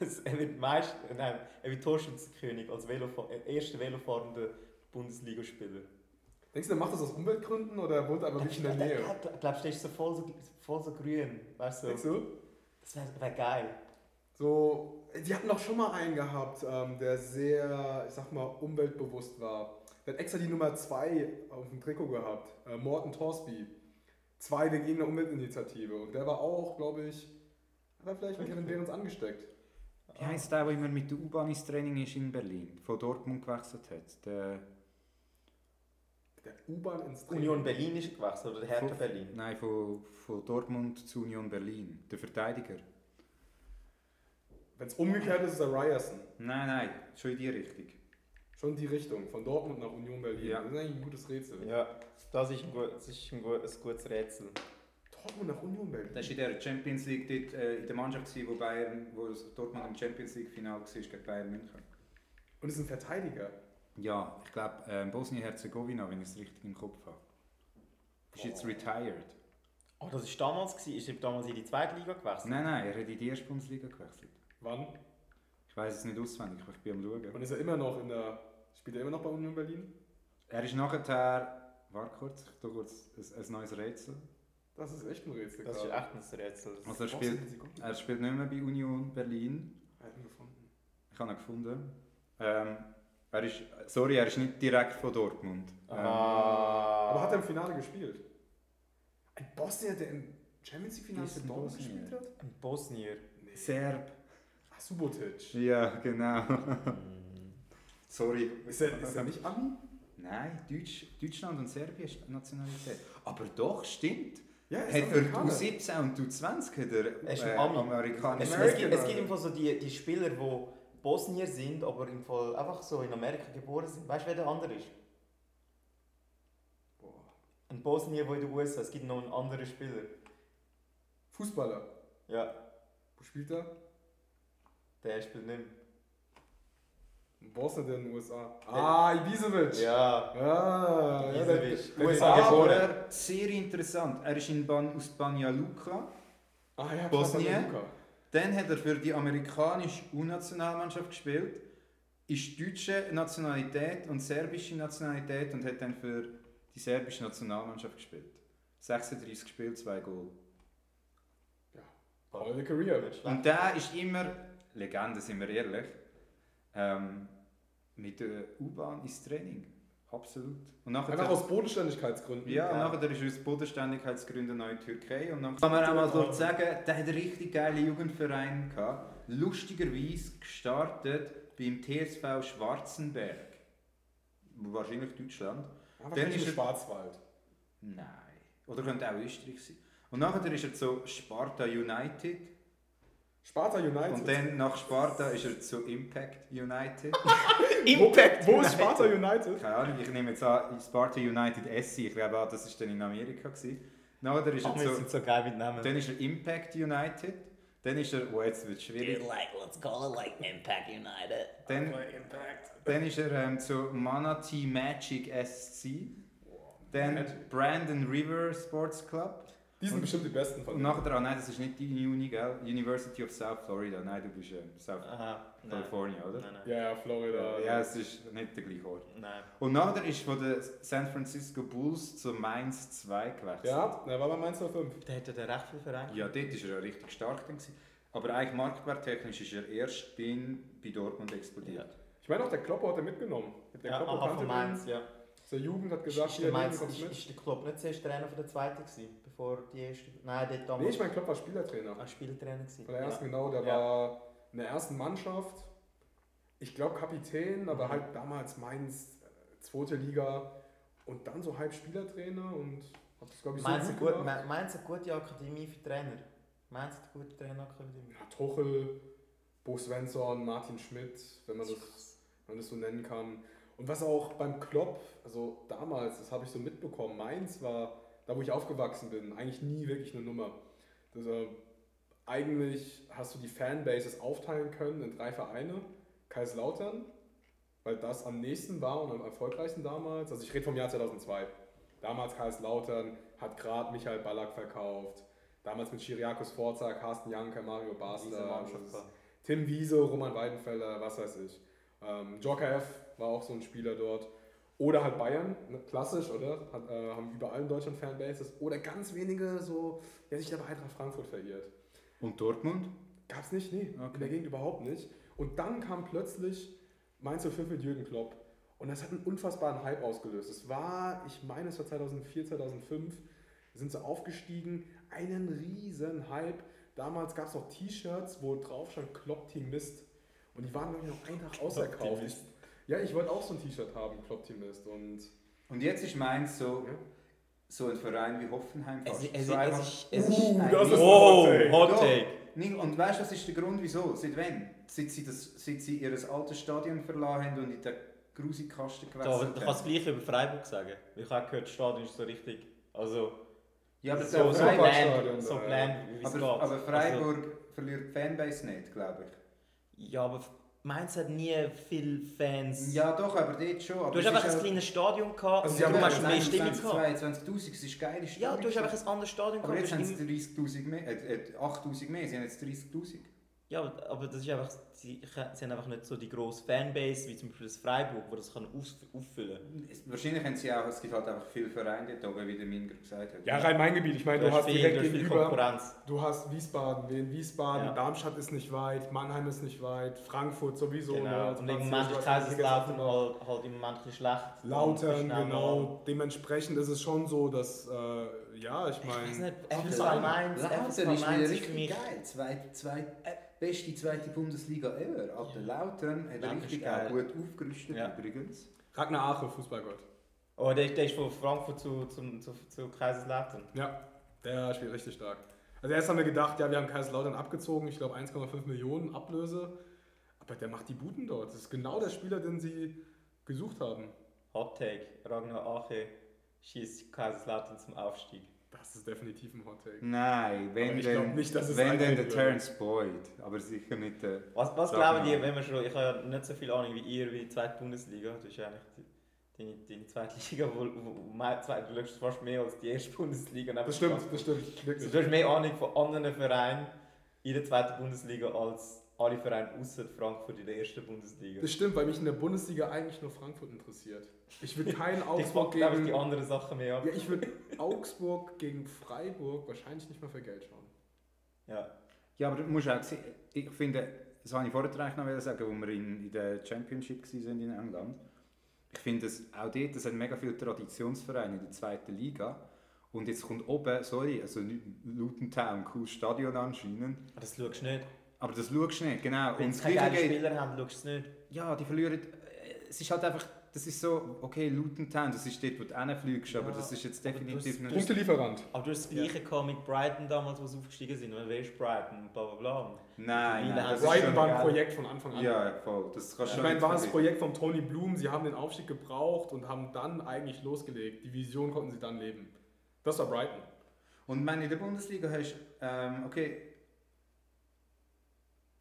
B: Es- Er wird Meister, nein, er wird Torschützenkönig als Velofahr äh, erster velofahrender Bundesligaspieler.
A: Denkst du, der macht das aus Umweltgründen oder er wohnt einfach nicht in der Nähe?
B: Glaubst du, der ist so voll so, voll so grün? Weißt du?
A: Denkst du?
B: Das wäre wär geil.
A: So, die hatten doch schon mal einen gehabt, ähm, der sehr, ich sag mal, umweltbewusst war. Der hat extra die Nummer 2 auf dem Trikot gehabt. Äh, Morten Torsby. Zwei wegen irgendeiner Umweltinitiative. Und der war auch, glaube ich, hat er vielleicht mit Kevin Behrens angesteckt.
C: Wie heisst der, der immer mit der U-Bahn ins Training ist in Berlin, von Dortmund gewechselt hat? Der
A: Der U-Bahn ins Trikot.
B: Union Berlin ist gewachsen oder der Hertha
C: von,
B: Berlin?
C: Nein, von, von Dortmund zu Union Berlin. Der Verteidiger.
A: Wenn es umgekehrt ist, ist er Ryerson.
C: Nein, nein, schon in die Richtung.
A: Schon die Richtung, von Dortmund nach Union Berlin.
C: Ja.
A: Das ist eigentlich ein gutes Rätsel.
B: Ja, das ist ein, gut, das ist ein, gut, ein gutes Rätsel.
A: Dortmund nach Union Berlin.
C: Das war in der Champions League dort, äh, in der Mannschaft, gewesen, wo, Bayern, wo das Dortmund im Champions League-Final war gegen Bayern München.
A: Und ist ein Verteidiger.
C: Ja, ich glaube ähm, Bosnien-Herzegowina, wenn ich es richtig im Kopf habe. Ist jetzt retired.
B: Oh, das war damals, gewesen. ist er damals in die zweite Liga gewachsen?
C: Nein, nein, er hat in die erste Bundesliga gewechselt.
A: Wann?
C: Ich weiß es nicht auswendig, aber ich bin am schauen.
A: Und ist er immer noch in der. Spielt er immer noch bei Union Berlin?
C: Er ist nachher. Warte kurz, ich tue kurz ein, ein neues Rätsel.
A: Das ist echt ein Rätsel.
B: Das ist
A: gerade.
B: echt ein Rätsel. Das-
C: Also er spielt, er spielt nicht mehr bei Union Berlin.
A: Er hat ihn gefunden.
C: Ich habe ihn gefunden. Ähm, er ist, sorry, er ist nicht direkt von Dortmund. Ähm,
B: Ah.
A: Aber hat er im Finale gespielt? Ein Bosnier, der im Champions League-Finale
C: Ist
A: für
C: ein
A: Dortmund
C: Bosnier.
A: gespielt hat?
B: Ein Bosnier.
A: Nee.
C: Ähm, Serb.
A: Ach, Subotic.
C: Ja, genau. sorry.
A: Ist er, ist er nicht Ami?
C: Nein, Deutsch, Deutschland und Serbien ist Nationalität. Aber doch, stimmt.
A: Ja,
C: Hat
A: ist
C: er
A: Amerikaner.
C: U17 und U20 hat er,
B: Er ist
C: äh,
B: ein Ami.
C: Amerikaner.
B: Es, es, gibt, es gibt im Fall so die, die Spieler, die Bosnier sind, aber im Fall einfach so in Amerika geboren sind. Weißt du, wer der andere ist?
A: Boah.
B: Ein Bosnier, der in den USA Es gibt noch einen anderen Spieler.
A: Fußballer.
B: Ja,
A: Wo spielt er?
B: der spielt nicht
A: Ein Bosser der in den USA. Ah, Ibisevic.
B: mehr. Ja.
A: Ah, ja, der,
B: Ibisevic.
A: der-
B: USA
A: der-
B: geboren.
C: Aber sehr interessant. Er ist in Ban aus Banja Luka.
A: Ah, ja,
C: Bosnien.
A: Luka.
C: Dann hat er für die amerikanische U-Nationalmannschaft gespielt, ist deutsche Nationalität und serbische Nationalität und hat dann für die serbische Nationalmannschaft gespielt. 36 Spiele, 2 Goal.
A: All the career.
C: Und der ist immer, Legende, sind wir ehrlich, ähm, mit der U-Bahn ins Training. Absolut. Und nachher
A: Einfach aus Bodenständigkeitsgründen.
C: ja, und nachher ist er aus Bodenständigkeitsgründen noch in die Türkei. Und dann Äh, kann man auch mal kurz sagen, der hat einen richtig geilen Jugendverein gehabt. Lustigerweise gestartet beim TSV Schwarzenberg. Wahrscheinlich Deutschland.
A: Aber
C: Dann
A: der
C: Ah, ist
A: ist
C: er-
A: Schwarzwald.
C: Nein. Oder könnte auch Österreich sein. Und nachher ist er zu Sparta United.
A: Sparta United.
C: Und dann nach Sparta ist er zu Impact United.
B: Impact!
A: Wo ist Sparta United?
C: Keine Ahnung, ich nehme jetzt an, Sparta United SC. Ich glaube auch, das war dann in Amerika. Gewesen. Nachher ist
B: Oh,
C: er
B: wir
C: zu...
B: sind so geil mit Namen.
C: Dann ist er Impact United. Dann ist er, oh jetzt wird es schwierig.
D: like let's call it like Impact United.
C: Dann, dann ist er ähm, zu Manatee Magic SC. Dann Brandon River Sports Club.
A: Die sind bestimmt die besten von
C: Und
A: denen.
C: nachher, dran, nein, das ist nicht die Uni, gell? University of South Florida. Nein, du bist ähm, South
B: Aha. Nein.
C: California, oder?
B: Nein, nein.
A: Ja, ja, Florida.
C: Ja, es ist nicht der gleiche Ort.
B: Nein.
C: Und nachher ist von den San Francisco Bulls zu Mainz 2 gewechselt.
A: Ja, er war bei Mainz 05.
B: Der hätte der recht viel Verein.
C: Ja, dort war er ja richtig stark. Dann. gewesen. Aber eigentlich marktwerttechnisch ist er erst bin, bei Dortmund explodiert.
A: Ich meine auch, der Kloppo hat er mitgenommen. Der
B: Ja,
A: Kloppo
B: aha,
A: kannte
B: von
A: den.
B: Mainz, ja.
A: Aus der Jugend hat gesagt,
B: Ist
A: hier,
B: der,
A: Leben,
B: Mainz,
A: kommst
B: ist,
A: du mit.
B: ist der Club nicht zuerst Trainer von der zweiten gewesen, bevor die erste... Nein, der
A: Nee,
B: damals
A: ich mein Klopp war Spielertrainer.
B: war Spielertrainer. Gewesen.
A: Von der ersten, genau. Der
B: Ja.
A: war in der ersten Mannschaft. Ich glaube Kapitän, aber
B: Mhm.
A: halt damals Mainz, äh, zweite Liga. Und dann so halb Spielertrainer und hab das, glaube ich, so
B: Mainz
A: gut
B: hat gut,
A: gemacht.
B: Me- Mainz hat gute Akademie für Trainer. Mainz hat eine gute Trainerakademie.
A: Ja, Tuchel, Bo Svensson, Martin Schmidt, wenn man, das, wenn man das so nennen kann. Und was auch beim Klopp, also damals, das habe ich so mitbekommen, Mainz war, da wo ich aufgewachsen bin, eigentlich nie wirklich eine Nummer. Das, äh, eigentlich hast du die Fanbases aufteilen können in drei Vereine. Kaiserslautern, weil das am nächsten war und am erfolgreichsten damals. Also ich rede vom Jahr 2002. Damals Kaiserslautern hat gerade Michael Ballack verkauft. Damals mit Chiriakos Forza, Carsten Janke, Mario
B: Diese
A: Basler,
B: Mannschaft war-
A: Tim Wiese, Roman Weidenfeller, was weiß ich. Ähm, Joker F. war auch so ein Spieler dort. Oder halt Bayern, ne, klassisch, oder? Hat, äh, haben überall in Deutschland Fanbases. Oder ganz wenige, so, der sich dabei Eintracht Frankfurt verirrt.
C: Und Dortmund?
A: Gab's nicht, nee.
C: Okay.
A: In der Gegend überhaupt nicht. Und dann kam plötzlich Mainz 05 mit Jürgen Klopp. Und das hat einen unfassbaren Hype ausgelöst. Es war, ich meine, es war 2004, 2005, sind sie aufgestiegen. Einen riesen Hype. Damals gab es noch T-Shirts, wo drauf stand Klopp-Teamist. Und die waren, glaube ich, noch einen Tag ausverkauft. Ich, ja, ich wollte auch so ein T-Shirt haben, Klopp-Teamist. Und
C: Und jetzt ist Mainz so,
A: Ja.
C: so ein Verein wie Hoffenheim.
B: Es,
C: fast.
B: es, es,
C: so einfach-
B: ist... Es
A: Uh,
B: ist
A: das ist-
B: oh,
A: ein
B: Hot
C: Doch.
B: Take!
C: Nicht- Und weißt du, das ist der Grund, wieso? Seit wann? Seit sie, das, seit sie ihr altes Stadion verlassen haben und in den grusigen Kasten
B: Da, aber
C: gewechselt
B: du kannst das
C: haben.
B: gleiche über Freiburg sagen. Weil Ich habe gehört, das Stadion ist so richtig... Also...
C: Ja, aber,
B: so,
C: der
B: so
C: Freiburg,
B: bland,
A: Stadion,
B: so
A: ja.
B: bland wie es geht.
C: aber, aber Freiburg
B: Also,
C: verliert die Fanbase nicht, glaube ich.
B: ja, aber Mainz hat nie viele Fans.
C: Ja doch, aber dort schon. Aber
B: Du hast
C: es
B: einfach
C: ist
B: ein
C: auch-
B: kleines Stadion gehabt
A: Also
B: und
A: sie haben
B: darum hast
A: ja
B: du mehr Stimmung gehabt.
C: 22.000, es ist geile Stimmung.
B: Ja, du hast einfach ein anderes Stadion
C: Aber
B: gehabt.
C: jetzt
B: du
C: haben
B: hast
C: sie
B: immer-
C: 30.000 mehr, äh, äh, 8.000 mehr, sie haben jetzt 30.000.
B: Ja, aber- aber das ist einfach, sie, sie haben einfach nicht so die grosse Fanbase wie zum Beispiel das Freiburg, wo das kann auf, auffüllen
C: Es- Wahrscheinlich haben sie auch, es gibt halt einfach viele Vereine dort oben, wie der Minger gesagt hat.
A: ja, Rhein-Main-Gebiet. Ich meine,
B: kann.
A: du hast
B: viel,
A: direkt
B: du hast viel
A: gegenüber.
B: Konkurrenz.
A: Du hast Wiesbaden, Wien, Wiesbaden,
B: Ja.
A: Darmstadt ist nicht weit, Mannheim ist nicht weit, Frankfurt sowieso. ne?
B: Genau.
A: Also
B: Und im
A: Leipzig, du
B: Moment ist
A: hast
B: Kaiserslautern
A: Kaiserslautern.
B: halt, halt im Moment ein bisschen schlecht.
A: Lautern,
B: Ist dann mal-
A: genau. Dementsprechend ist es schon so, dass, äh, ja, ich
B: Ich weiß
A: meine,
B: nicht, FSV Mainz, FSV Mainz ist für mich...
C: geil. Zwei, zwei, äh, beste zweite Bundesliga ever. Alter Lautern hat
B: Lautern ist
C: richtig
B: geil.
C: auch gut aufgerüstet
B: Ja.
C: übrigens.
A: Ragnar Ache, Fußballgott.
B: Oh, der, der ist von Frankfurt zu, zum zu, zu Kaiserslautern.
A: Ja, der spielt richtig stark. Also erst haben wir gedacht, ja, wir haben Kaiserslautern abgezogen, ich glaube 1,5 Millionen Ablöse. Aber der macht die Buden dort. Das ist genau der Spieler, den sie gesucht haben.
B: Hot Take, Ragnar Ache, schießt Kaiserslautern zum Aufstieg.
A: Das ist definitiv ein Hot
B: Hm.
A: Take.
C: Nein, wenn
A: Aber ich glaub
C: denn,
A: nicht, dass es
C: wenn
A: eintreten
C: denn der
A: würde.
C: Terence Boyd, aber sicher nicht der.
B: Was, was
C: Sag
B: glauben
C: mal.
B: die, wenn wir schon, ich habe ja nicht so viel Ahnung wie ihr, wie die zweite Bundesliga, das ist ja eigentlich die- deine, deine zweite Liga, wo, wo, wo mein, zweite, du schaust fast mehr als die erste Bundesliga.
A: Das stimmt, das stimmt.
B: Also,
A: Wirklich.
B: du hast mehr Ahnung von anderen Vereinen in der zweiten Bundesliga als alle Vereine außer Frankfurt in der ersten Bundesliga.
A: Das stimmt, weil mich in der Bundesliga eigentlich nur Frankfurt interessiert. Ich würde keinen
B: Ich fuck,
A: Augsburg
B: glaube ich,
A: gegen.
B: die anderen Sachen mehr ab.
A: Ja, ich würde Augsburg gegen Freiburg wahrscheinlich nicht mehr für Geld schauen.
B: Ja.
C: Ja, aber du musst auch sehen, ich finde, das habe ich vorher eigentlich noch sagen, wo wir in, in der Championship waren in England. Ich finde es auch dort, es hat mega viele Traditionsvereine in der zweiten Liga. Und jetzt kommt oben, sorry, also Luton Town, cooles Stadion anscheinend.
B: Aber das schaust du nicht.
C: Aber das schaust du nicht, genau.
B: Wenn
C: Und
B: sie
C: das
B: keine
C: Gleiche
B: geilen
C: geht-
B: Spieler haben, schaust du es nicht.
C: ja, die verlieren. äh, Es ist halt einfach, das ist so, okay, Luton Town, das ist dort, wo du hinfliegst, aber
B: Ja,
C: das ist jetzt
B: aber du
C: definitiv
B: hast-
C: nicht.
A: Punktelieferant.
B: Aber du hast das Gleiche gehabt mit Brighton damals, wo sie aufgestiegen sind. Weil wer ist Brighton? und Bla bla bla.
C: Nein,
B: Wiener
C: nein,
B: haben
C: das
B: sie
C: ist
A: Brighton
C: schon
A: war ein
B: geil.
A: Projekt von Anfang an.
C: Ja, ja, voll. Das kannst du
A: Ich
C: schon
A: meine,
C: nicht
A: war das
C: vergleichen.
A: Projekt von Tony Bloom. Sie haben den Aufstieg gebraucht und haben dann eigentlich losgelegt. Die Vision konnten sie dann leben. Das war Brighton.
C: Und meine, in der Bundesliga hast du, ähm, okay,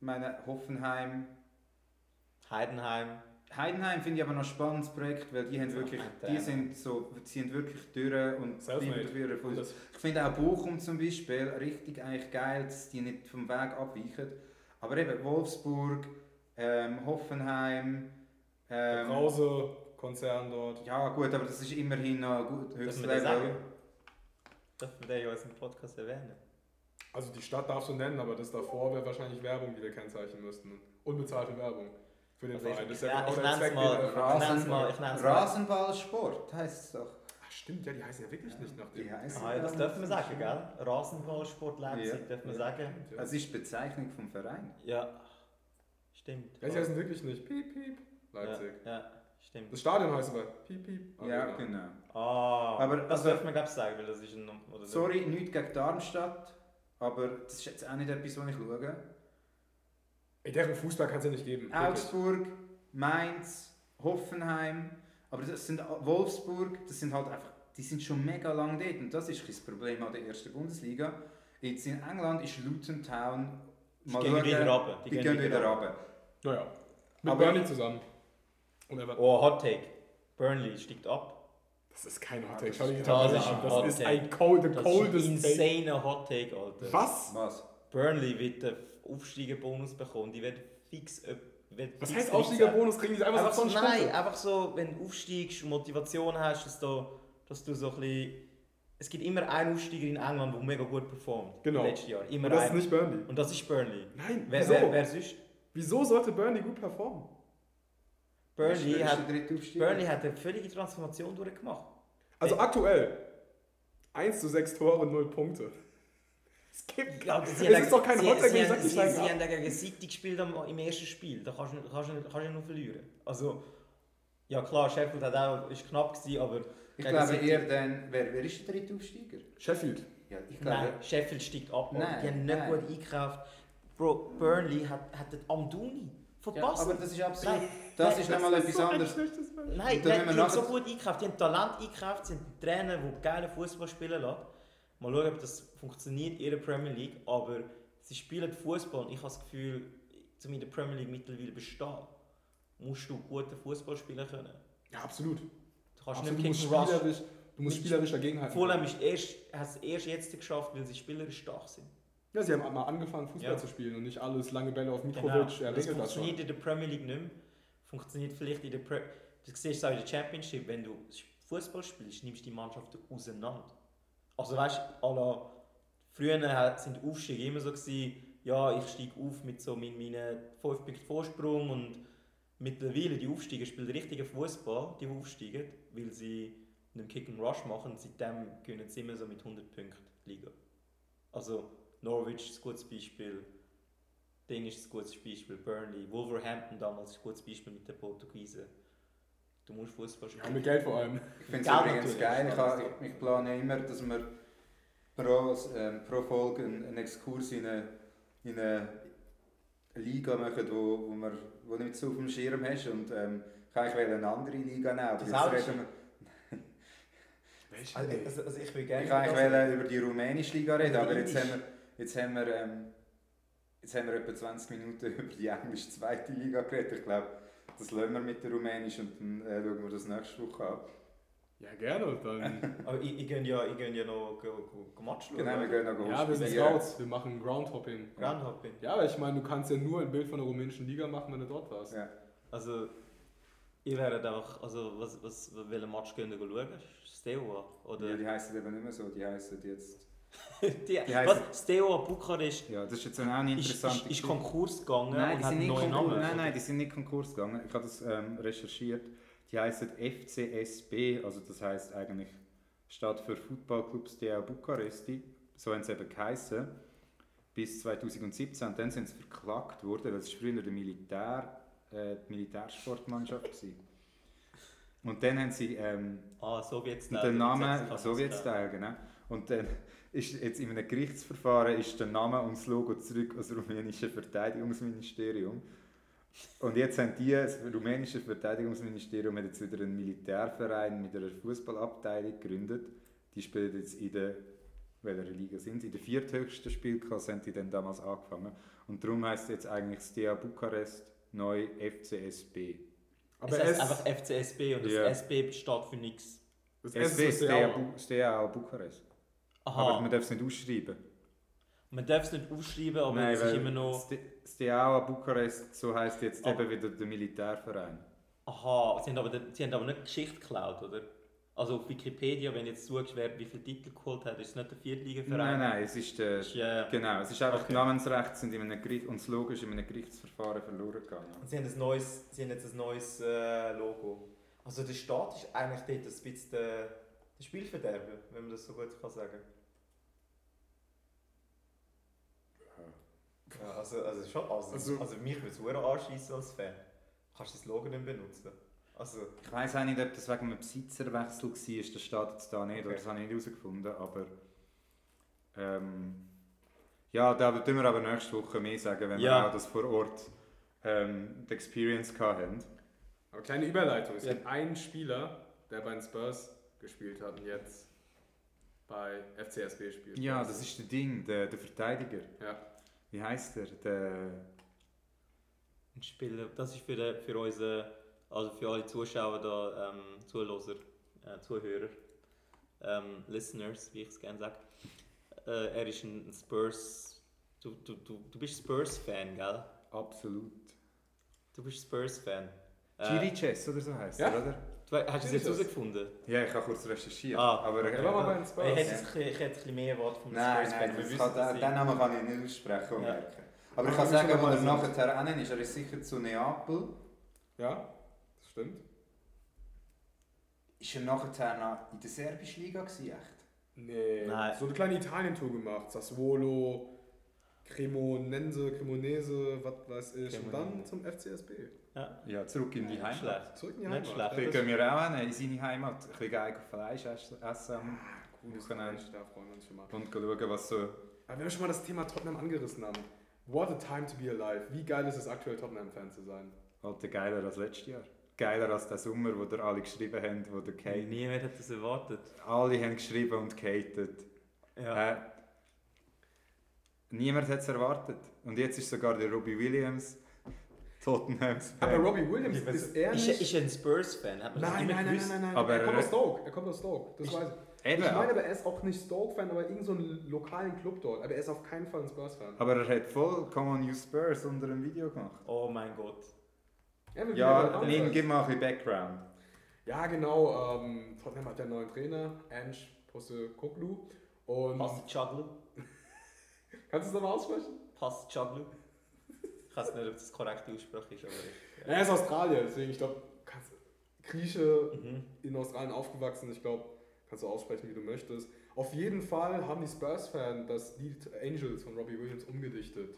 C: meine Hoffenheim,
B: Heidenheim.
C: Heidenheim finde ich aber noch ein spannendes Projekt, weil die haben
B: Ja,
C: wirklich, die
B: Heidenheim.
C: sind so, die sind wirklich durch und
A: Selfmade.
C: bleiben durch.
A: Und das-
C: Ich finde auch Bochum zum Beispiel richtig eigentlich geil, dass die nicht vom Weg abweichen. Aber eben Wolfsburg, ähm, Hoffenheim,
A: Der
C: ähm,
A: Krause-Konzern dort.
C: ja gut, aber das ist immerhin noch gut, höchstes
B: wir das
C: Level.
B: Darf man den ja in unserem Podcast erwähnen?
A: Also die Stadt darfst du nennen, aber das davor wäre wahrscheinlich Werbung, die wir kennzeichnen müssten. Unbezahlte Werbung für den
B: Also ich-
A: Verein. Das ist
B: ja,
A: ja genau
B: ich
A: der
B: nenn's
A: Zweck,
B: mal
A: den der-
B: Rasen- nenn's mal- ich nenn's mal.
C: Rasenballsport heisst es doch.
A: Ach, stimmt, ja, die heißen ja wirklich nicht nach dem.
C: Die heißen
B: Ah, ja, das
C: ja
B: dürfen wir
C: so.
B: sagen, gell? Rasenballsport Leipzig,
C: Ja.
B: dürfen wir sagen.
A: Ja.
C: Es ist die Bezeichnung vom Verein.
B: Ja. Stimmt.
A: Ja, sie heißen wirklich nicht. Piep, piep. Leipzig.
B: Ja, ja, stimmt.
A: Das Stadion heißt aber Piep, piep.
C: Ja,
A: Arena.
C: genau.
B: Ah,
C: Aber
B: das
C: also-
B: dürfen wir glaube ich sagen, weil das ist ein... Oder
C: Sorry, nichts gegen Darmstadt, aber das ist jetzt auch nicht etwas, was ich schaue.
A: Ey, deren Fußball kann es ja nicht geben.
B: Ah,
A: Wirklich.
C: Augsburg, Mainz, Hoffenheim, aber das sind Wolfsburg, das sind halt einfach, die sind schon mega lang dort und das ist ein bisschen das Problem an der ersten Bundesliga. Jetzt in England ist Luton Town mal
B: gehen
C: schauen,
B: wieder runter,
C: Die, gehen wieder runter.
A: Naja. Mit
C: Aber-
A: Burnley zusammen. Und Everton.
B: Oh, Hot Take. Burnley steigt ab.
A: Das ist kein Hot Take. Schau
C: Das
A: dir
C: ist-
A: die Tabelle
B: Ah, das ist
A: an.
B: ein
A: Das
B: Hot
A: ist
B: Take.
A: ein cold, the
B: Das ist ein
A: coldest Take.
B: insaner Hot Take, Alter.
A: Was?
C: Was?
B: Burnley wird den Aufstiegerbonus bekommen. Die werden fix... äh, Wird
A: Was
B: fix
A: heißt
B: 13.
A: Aufstiegerbonus? Kriegen die einfach
B: Einfach
A: so
B: so,
A: einen
B: nein,
A: Stempel?
B: einfach so, wenn du aufsteigst und Motivation hast, dass du, dass du so ein bisschen... Es gibt immer einen Aufsteiger in England, der mega gut performt.
A: Genau.
B: Letztes Jahr. Immer
A: Und das ist
B: einen.
A: nicht Burnley.
B: Und das ist Burnley.
A: Nein,
B: Wer,
A: wieso?
B: wer, wer sonst?
A: Wieso sollte Burnley gut performen?
B: Burnley
C: Wer ist
B: hat,
C: der dritte Aufsteiger?
B: Burnley hat eine völlige Transformation durchgemacht.
A: Also
B: Ey.
A: aktuell 1 zu 6 Tore, 0 Punkte. Es gibt
B: Ja,
A: es
B: sie haben-
A: ist doch kein
B: sie-
A: Hot Take,
B: sie
A: wenn ich
B: haben-
A: sage, die
B: sie-
A: steigen
B: Sie
A: ab.
B: haben gegen City gespielt am, im ersten Spiel. Da kannst du kannst, du- kannst du nur verlieren. Also, ja klar, Sheffield hat auch, ist knapp gewesen, aber
C: Ich
B: gegen
C: glaube
B: City-
C: eher dann, wer, wer ist der dritte Aufsteiger?
A: Sheffield.
C: Ja, ich glaube,
B: Nein, Sheffield steigt ab. Mann.
C: Nein,
B: die haben nicht
C: nein.
B: gut eingekauft. Bro, Burnley hat, hat den Amdouni verpasst.
C: aber das ist absolut.
B: Nein,
C: das
B: nein,
C: ist nochmal etwas anderes.
B: Nein,
C: Und dann
B: nein
C: haben wir
B: die haben
C: nachher-
B: so gut eingekauft, die haben Talent eingekauft, sind ein Trainer, der geilen Fußball spielen lässt. Mal schauen, ob das funktioniert in der Premier League, aber sie spielen Fußball und ich habe das Gefühl, um in der Premier League mittlerweile bestehen, musst du guten Fußball spielen können.
A: Ja, absolut.
B: Du
C: Also
B: kannst
A: absolut. Du musst
B: nicht gegen Rush.
A: spielerisch, du musst
B: Mit-
A: spielerisch dagegen halten.
B: Fulham ist erst, hat es erst jetzt geschafft, weil sie spielerisch stark sind.
A: Ja, sie haben mal angefangen, Fußball
B: Ja.
A: zu spielen und nicht alles lange Bälle auf Mitrovic.
B: Genau.
A: Er
B: das
A: regelt das schon.
B: funktioniert in der Premier League nicht mehr. Funktioniert vielleicht in der Pre Das siehst du auch in der Championship, wenn du Fußball spielst, nimmst du die Mannschaft auseinander. Also weißt du, à la- früher ha- sind die Aufstiege immer so, gewesen, ja, ich steige auf mit so meinen- meinen 5 Punkten Vorsprung und mittlerweile die Aufsteiger spielen richtigen Fußball, die aufsteigen, weil sie einen Kick and Rush machen und seitdem gewinnen sie immer so mit 100 Punkten die Liga. Also Norwich ist ein gutes Beispiel, Ding ist ein gutes Beispiel, Burnley, Wolverhampton damals ist ein gutes Beispiel mit den Portugiesen. Du musst Fußball
A: Ja, mit
B: spielen.
A: Geld vor allem.
C: Ich finde
B: Geld
C: es übrigens
B: natürlich, Also,
C: geil. Ich,
B: aber
C: habe, ich, ich plane immer, dass wir pro, ähm, pro Folge einen, einen Exkurs in eine, in eine Liga machen, wo, wo, wir, wo du nicht so auf dem Schirm hast. Und ähm, ich kann eigentlich eine andere Liga nehmen. aber
B: Die
C: jetzt
B: Saudi-
C: reden wir-
A: Weiß ich
B: Also,
A: nicht.
B: also, also ich würde gerne...
C: Ich kann
B: also-
C: eigentlich über die rumänische Liga reden,
B: Über die
C: aber jetzt haben
B: indische.
C: wir, jetzt haben wir, ähm, jetzt haben wir etwa 20 Minuten über die englische zweite Liga geredet. Ich glaube, das lassen wir mit der rumänischen und dann äh, schauen wir das nächste Woche an.
A: Ja, gerne. Dann,
B: Aber ich, ich gehe ja, ich gehe ja noch go, go, go Match schauen.
C: Genau, wir gehen noch
A: ja, wir sind
C: spielen.
A: Scouts. Wir machen Groundhopping.
B: Groundhopping.
A: Ja, aber ich meine, du kannst ja nur ein Bild von der rumänischen Liga machen, wenn du dort warst.
C: Ja.
B: Also, ihr werdet einfach, also was, was, welchen Match gehen ihr schauen? Steaua? Oder?
C: Ja, die heißen eben nicht mehr so, die heißen jetzt.
B: die,
C: heißen-
B: was? Steaua Bukarest
C: Ja, das ist jetzt auch eine
B: ist,
C: interessante
B: ist, ist Konkurs gegangen
C: Nein,
B: und
C: die
B: hat
C: sind
B: einen
C: nicht
B: neuen
C: Konkurs,
B: Namen.
C: nein, nein, die sind nicht Konkurs gegangen. Ich habe das ähm, recherchiert. Die halt heißen FCSB, also das heißt eigentlich statt für Footballclubs der Bukaresti. So haben sie eben geheißen. Bis 2017. Und dann sind sie verklagt worden, weil es ist früher eine Militär, äh, die Militärsportmannschaft war. Und dann haben sie. Ähm,
B: Ah, Sowjetsteil.
C: und der Name,
B: Sechzehnter
C: so wird es da, genau. Und dann ist jetzt in einem Gerichtsverfahren ist der Name und das Logo zurück ans rumänische Verteidigungsministerium. Und jetzt haben die, das rumänische Verteidigungsministerium hat jetzt wieder einen Militärverein mit einer Fußballabteilung gegründet. Die spielen jetzt in der, welcher Liga sind sie? In der vierthöchsten Spielklasse haben die dann damals angefangen. Und darum heisst es jetzt eigentlich Stea Bukarest neu FCSB.
A: Aber
B: Es
A: es,
B: heißt einfach FCSB und das
C: Ja.
B: SB steht für nichts.
A: das S
C: SB
A: ist ja
C: Stea,
A: auch.
C: Bu Stea Bukarest. Aber
B: Aha,
C: man darf es nicht ausschreiben.
B: man darf es nicht aufschreiben, aber es ist
C: weil
B: immer noch...
C: Ste- Steaua Bukarest, so heißt jetzt
B: Ah.
C: eben wieder der Militärverein.
B: Aha, sie haben aber, den- sie haben aber nicht Geschichte geklaut, oder? Also auf Wikipedia, wenn jetzt suchst, wer wie viele Titel geholt hat, ist es nicht der Viertligaverein.
C: Nein, nein, es ist der.
B: Ist, äh,
C: Genau, es ist einfach
B: Okay.
C: die Namensrechte sind in einem Gericht und das Logo ist in einem Gerichtsverfahren verloren gegangen.
B: Sie haben, ein neues, sie haben jetzt ein neues äh, Logo. Also der Staat ist eigentlich dort ein bisschen der, der Spielverderber, wenn man das so gut kann sagen kann. Ja, also, also schon, also,
A: Also-
B: also, mich würde es verdammt anschiessen als Fan. Kannst du das Logo nicht benutzen. Also,
C: Ich weiß auch nicht, ob das wegen einem Besitzerwechsel war, das steht jetzt da nicht, oder
B: Okay.
C: das habe ich nicht herausgefunden, aber. Ähm, ja, da tun wir aber nächste Woche mehr sagen, wenn
B: Ja.
C: wir auch das vor Ort ähm, die Experience gehabt haben.
A: Aber kleine Überleitung. Es
B: Ja.
A: gibt einen Spieler, der bei den Spurs gespielt hat und jetzt bei FCSB spielt.
C: Ja, das ist der Ding, der, der Verteidiger.
A: Ja.
C: Wie heißt der? Der.
B: ein Spieler, das ist für, den- für unsere, also für alle Zuschauer da, ähm, Zuhörer, äh, Zuhörer, ähm, Listeners, wie ich es gerne sage. Äh, er ist ein ein Spurs. Du, du, du, du bist Spurs-Fan, gell?
C: Absolut.
B: Du bist Spurs-Fan.
C: Chiri
B: Äh,
C: Chess oder so heißt
A: Ja.
C: er, oder?
B: du, hast du es jetzt
A: Chiriches.
B: herausgefunden?
C: Ja, ich habe kurz recherchiert.
B: Ah,
C: aber äh,
A: Er war mal bei
C: nein,
A: den Spurs.
B: Ich hätte jetzt ein bisschen- ich hätte ein bisschen mehr Wort vom
C: nein,
B: Wir
C: das
B: wissen,
C: kann,
B: dass
C: den,
B: ich-
C: den Namen kann ich nicht aussprechen und
B: Ja.
C: merken. Aber ich
A: Ja,
C: kann
A: das ist
C: sagen, wo
A: aber
C: er
A: so.
C: nachher hin ist. Er ist sicher zu Neapel.
A: Ja, das stimmt.
C: Ist er nachher noch in der serbischen Liga gewesen, echt?
A: Nee.
B: Nein.
A: So eine kleine Italien-Tour gemacht. Sassuolo, Cremonense, Cremonese, was weiß ich. Und dann zum FCSB.
B: Ja,
C: Ja, zurück in die
B: nicht
C: Heimat.
B: schlecht.
A: Zurück in die
B: Nicht
A: Heimat.
B: schlecht.
C: Dann gehen wir auch hin, in seine Heimat. Ein bisschen Geigen Fleisch essen essen am
A: Gutes
C: Wochenende.
A: Mensch, da freuen wir uns schon mal.
C: Und schauen, was so...
A: Aber wenn wir schon mal das Thema Tottenham angerissen haben. What a time to be alive. Wie geil ist es aktuell, Tottenham-Fan zu sein?
C: Alter, geiler als letztes Jahr. Geiler als der Sommer, wo der alle geschrieben haben, wo der Kane...
B: Niemand hat das erwartet.
C: Alle haben geschrieben und gehatet.
B: Ja.
C: Äh, niemand hat es erwartet. Und jetzt ist sogar der Robbie Williams Tottenhams.
A: Aber Robbie Williams,
B: Ich weiß-
A: ist er
B: Äh, ist,
A: nicht...
B: ist er ein Spurs-Fan? Hat man das
A: nein,
B: nicht
A: nein, nein,
B: gewusst?
A: nein, nein,
C: Aber
A: er kommt
C: er-
A: aus Stoke, er kommt aus Stoke, das
B: Ich-
A: weiß ich.
C: Eben,
A: Ich meine aber, er ist auch nicht Stoke-Fan, aber irgendeinen so einen lokalen Club dort. Aber er ist auf keinen Fall ein Spurs-Fan.
C: aber er hat voll Come on You Spurs unter einem Video gemacht.
B: Oh mein Gott.
A: Er will wieder
C: Ja,
A: dabei
C: nimm,
A: sein.
C: gib mal ein bisschen Background.
A: ja, genau. Ähm, Tottenham hat ja einen neuen Trainer, Ange Postecoglou. Und
B: Passt Chaglu?
A: kannst du es nochmal aussprechen?
B: Passt Chaglu? Ich weiß nicht, ob das die korrekte Aussprache ist, aber ich.
A: Er ist Australier, deswegen ich glaube, kannst Grieche
B: Mhm.
A: in Australien aufgewachsen. Ich glaube, kannst du aussprechen, wie du möchtest. Auf jeden Fall haben die Spurs-Fan das Lied Angels von Robbie Williams umgedichtet.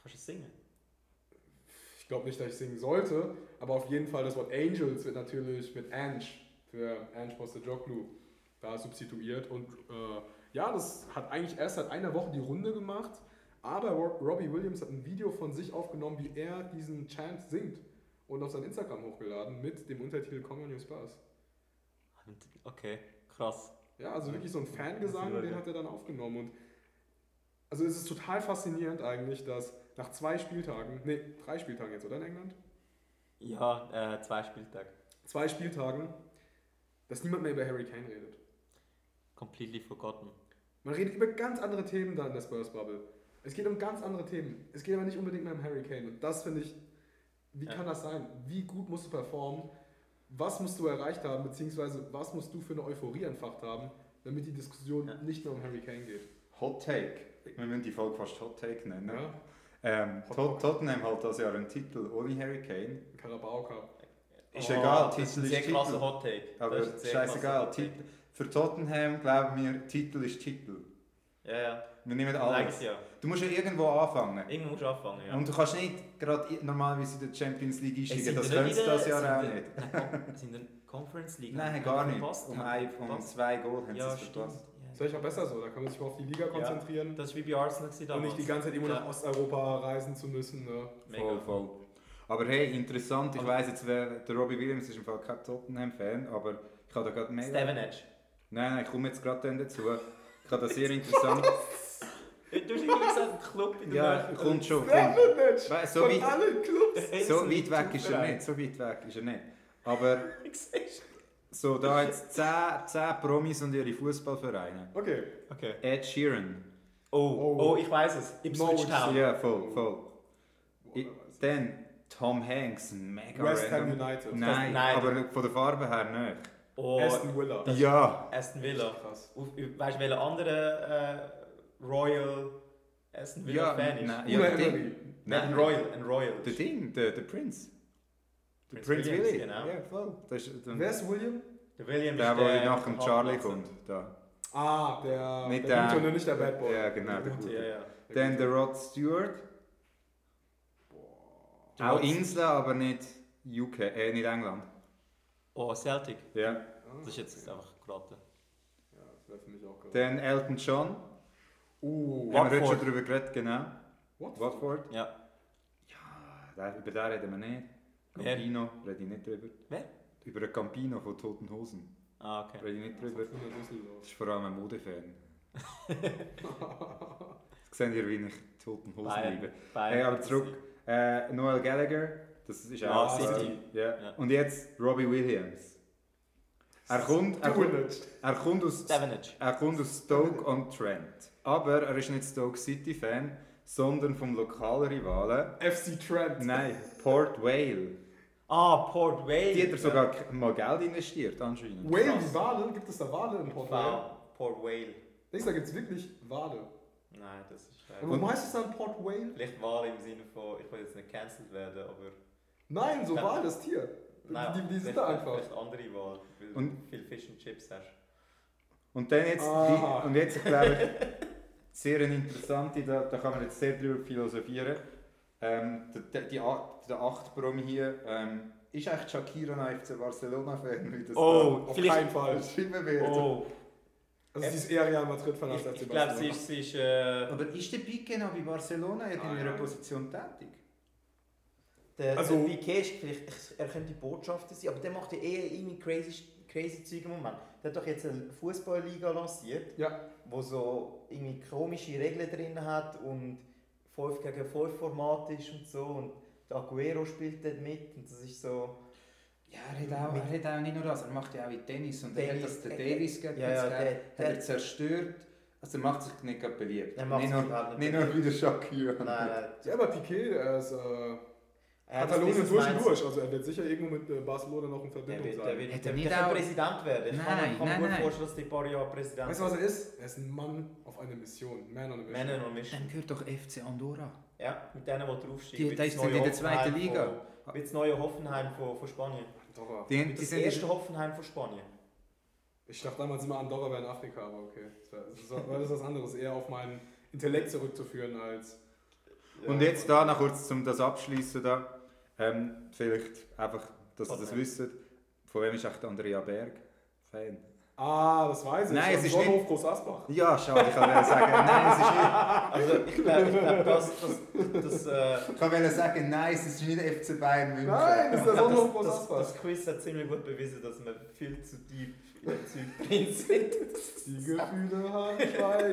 B: Kannst du es singen?
A: Ich glaube nicht, dass ich singen sollte, aber auf jeden Fall das Wort Angels wird natürlich mit Ange für Ange Postecoglou da substituiert. Und äh, ja, das hat eigentlich erst seit einer Woche die Runde gemacht, aber Ro- Robbie Williams hat ein Video von sich aufgenommen, wie er diesen Chant singt und auf sein Instagram hochgeladen mit dem Untertitel Come on your Spurs.
B: Okay, krass.
A: Ja, also wirklich so ein
B: Muss
A: Fangesang,
B: ich
A: den
B: schauen.
A: hat er dann aufgenommen. Und also es ist total faszinierend eigentlich, dass nach zwei Spieltagen, nee, drei Spieltagen jetzt, oder in England?
B: Ja, äh, zwei Spieltage.
A: Zwei Spieltagen, dass niemand mehr über Harry Kane redet.
B: Completely forgotten.
A: Man redet über ganz andere Themen da in der Spurs-Bubble. Es geht um ganz andere Themen. Es geht aber nicht unbedingt mehr um Harry Kane. Und das finde ich, wie
B: Ja.
A: kann das sein? Wie gut musst du performen? Was musst du erreicht haben? Beziehungsweise was musst du für eine Euphorie entfacht haben, damit die Diskussion
B: Ja.
A: nicht nur um Harry Kane geht?
C: Hot Take. Wir müssen die Folge fast Hot Take nennen.
A: Ja?
C: Ähm,
A: Hot
C: Tot
A: Take.
C: Tottenham hat das Jahr einen Titel ohne Harry Kane.
A: Carabao Cup.
C: Ist egal,
B: Oh, das ist ein
C: Titel
B: sehr
C: ist
B: krasser
C: Titel.
B: Hot Take.
C: Aber
B: Das ist ein sehr krasser
C: scheißegal.
B: Hot Take.
C: Titel, für Tottenham glauben wir, Titel ist Titel.
B: Ja, ja.
C: Wir nehmen
B: Alles.
C: alles.
B: Ja.
C: Du musst ja irgendwo anfangen.
B: Irgendwo musst du anfangen, ja.
C: Und du kannst nicht gerade i- normalerweise in der Champions League einsteigen. Das
B: sind ja
C: können sie
B: wieder-
C: das Jahr auch
B: sind
C: nicht.
B: ja- Nein, sind in Conference League.
C: Nein,
B: haben
C: gar
B: sie
C: nicht.
B: verpasst,
C: Um,
B: haben
C: ein,
B: sie
C: um
B: verpasst.
C: zwei Goal haben
B: Ja,
C: sie es
B: stimmt.
C: verpasst.
A: Ist
B: Ja.
A: vielleicht auch besser so, da kann man sich auch auf die Liga konzentrieren
B: Das war wie bei Arsenal gewesen
A: und
B: damals.
A: nicht die ganze Zeit immer
B: Ja.
A: nach Osteuropa reisen zu müssen. Ne?
B: Mega.
C: Voll, voll. Aber hey, interessant. Ich
B: Aber-
C: weiss jetzt, wer, der Robbie Williams ist im Fall kein Tottenham-Fan, aber ich habe da gerade mega...
B: Steven Edge.
C: Nein, nein, ich komme jetzt gerade dann dazu. Ich habe das sehr interessant...
B: Du hast irgendwie gesagt, ein Club in der
C: ja,
B: Nähe.
C: kommt schon, kommt.
A: Savage!
C: Wei- So
A: Von
C: weit,
A: allen Clubs!
B: Hey,
C: so
B: das
C: weit weg
B: ein
C: ist er
B: Verein.
C: nicht, so weit weg ist er nicht. Aber
B: Siehst
C: so, da jetzt 10, 10 Promis und ihre Fußballvereine.
A: Okay,
B: du? Okay.
C: Ed Sheeran.
B: Oh,
A: Oh.
B: oh, ich weiß es. Ipswich
A: Norwich
B: Town.
C: Ja, voll, voll.
A: Boah, wer
C: I-
A: weiß.
C: Dann Tom Hanks, mega
A: West Ham
C: random.
A: United.
C: Nein,
B: Nein.
C: aber von der Farbe her nicht.
B: Oh,
A: Aston Villa.
C: Ja,
B: Aston Villa.
A: Krass.
B: Auf- Weißt du, welcher andere äh, Royal Aston
C: ja,
B: Villa-Fan ist?
C: nein,
A: Ja,
C: ja,
A: Oder
C: der
A: Emery.
C: Ding,
B: Nein, ein Royal. Ein Royal.
C: der Ding, der, der Prinz. Der
B: Prinz
C: Prinz
B: Williams,
C: Willy.
B: genau.
C: Ja, voll. Das ist der,
A: Wer ist William?
B: Der William
C: der,
B: ist
C: der nach dem
B: der
C: Charlie
B: Hauptplatz.
C: kommt. Da.
A: Ah, der,
C: Nicht
A: der
C: der-
A: Gute und nicht der Bad Boy.
C: Ja, genau, der
B: Gute,
C: Gute.
B: ja, ja.
C: Dann der Rod Stewart. Auch
B: Rod-
C: Insel, aber nicht UK, äh, nicht England.
B: Oh, Celtic.
C: Ja.
B: Das ist jetzt einfach geraten.
A: Ja, das wäre für mich auch geil.
C: Dann Elton John.
A: Uh,
C: Haben wir heute schon
B: Watford.
C: darüber geredet, genau.
A: what?
C: Watford.
B: Ja.
C: Ah, da- Über den reden wir nicht.
B: Wer?
C: Campino, rede ich nicht drüber.
B: Wer?
C: Über den Campino von Toten Hosen,
B: Ah, okay.
C: rede ich nicht drüber.
A: Fortuna Düsseldorf.
C: Das ist vor allem ein Modefan. Jetzt seht ihr, wie ich Toten Hosen
B: Ah,
C: liebe.
B: Bayern.
C: Hey, aber zurück. Äh, Noel Gallagher, das ist
B: Ja,
C: auch...
B: Ah, City.
C: Äh, ja.
B: Ja.
C: Und jetzt Robbie Williams. Er kommt, er, kommt,
A: Dulwich.
C: er, kommt aus,
B: Stevenage.
C: er dus kommt aus Stoke-on-Trent. Aber er ist nicht Stoke City-Fan, sondern vom Lokalrivalen...
A: FC Trent.
C: Nein, Port Vale.
B: Ah, Port Vale.
C: Die hat er sogar k- mal Geld investiert, anscheinend.
A: Whale, die Wale? Gibt es da Wale in Port Vale?
B: Wow, Port Vale.
A: Denkst du, da gibt es wirklich Wale?
B: Nein, das ist
A: Aber
B: scheiße.
A: warum heißt es dann Port Whale?
B: Vielleicht Wahl im Sinne von, ich will jetzt nicht cancelled werden, aber...
A: Nein, so
B: Ja.
A: Wale, das Tier. Die, die, die sind
B: vielleicht-
A: da einfach.
B: Vielleicht andere Wahl, weil
C: Und-
B: du viel Fish and Chips hast.
C: Und dann jetzt,
A: Ah.
C: die, und jetzt glaube ich, sehr eine interessante, da, da kann man jetzt sehr drüber philosophieren. Ähm, der, der, die, A- der 8 Promi hier, ähm, ist eigentlich Shakira ein FC Barcelona-Fan, wie das
B: Oh,
A: Auf
B: vielleicht...
A: keinen
C: da
A: Fall.
C: beschrieben wird?
B: Oh,
A: Also sie ist eher Real Madrid von als
B: ich,
A: FC
B: ich glaube, sie
A: Barcelona.
B: ist... Sie ist äh,
C: Aber ist der Piqué noch bei Barcelona in
A: Nein.
B: Ah,
C: einer Position tätig?
B: der,
A: Also-
B: der Piqué ist vielleicht... Er könnte Botschafter sein, aber der macht ja eh irgendwie crazy, crazy Zeug im Moment. Der hat doch jetzt eine Fußballliga lanciert.
A: Ja,
B: wo so irgendwie komische Regeln drin hat und 5 gegen 5 Format ist und so und der Aguero spielt dort mit und das ist so...
E: Ja, er hat, auch, er hat auch nicht nur das, er macht ja auch in Tennis und er hat
B: Tennis,
E: das der
B: äh,
E: Davis gegen
B: ja, ja,
E: uns gegeben,
B: der-
E: hat
B: der-
E: er zerstört. Also er macht sich nicht gerade beliebt.
B: Er macht
E: nicht
B: sich
E: nur, nicht
B: überhaupt nicht
E: nur
C: Nur wieder Shakira.
B: Nein, nein.
A: ja aber Piquet er ist äh,
B: er hat das
A: Katalonien
B: Business
A: durch und
B: Mindset.
A: durch. Also er wird sicher irgendwo mit äh, Barcelona noch in
B: Der
A: Verbindung
B: wird, der
A: sein.
B: wird,
E: Hätte
B: der
E: nicht
B: wird
E: auch-
B: Präsident werden. Ich kann,
E: Nein,
B: ich kann mir
E: nein,
B: gut
E: nein.
B: vorstellen, dass der ein paar Jahre Präsident
A: Weißt du, was er ist? Er ist ein Mann auf einer Mission. Man on a Mission.
B: Männer und Mischen.
E: Dann gehört doch FC Andorra.
B: Ja, mit denen, die draufsteigen.
E: Die-
B: Wie
E: da
B: das
E: ist sind
B: neue
E: in der zweiten
B: Hoffenheim
E: Liga.
B: Von, wie das neue Hoffenheim von, von Spanien.
A: Andorra.
C: Die,
B: Wie
C: die
B: das
C: sind
B: erste Hoffenheim von Spanien.
A: Ich dachte damals immer, Andorra wäre in Afrika, aber okay. Das war- Das war- das ist was anderes. Eher auf meinen Intellekt zurückzuführen als.
C: Und jetzt da noch kurz, um das abschließen da, ähm, vielleicht einfach, dass ihr das
B: Okay.
C: wisst, von wem ist echt Andrea Berg Fan?
A: Ah, das weiß ich.
C: Nein, es ist
A: Schonhof
C: nicht-
A: Groß Asbach.
C: Ja, schade, ich wollte sagen, nein, es ist nicht.
B: Also ich glaube, ich glaub, das, das, das, äh,
C: Ich wollte sagen, nein, es ist nicht FC Bayern München.
A: Nein, das ist der Schonhof Groß
B: das,
A: Asbach.
B: das Quiz hat ziemlich gut bewiesen, dass wir viel zu deep in der Zeit drin sind.
A: Die Gefühle haben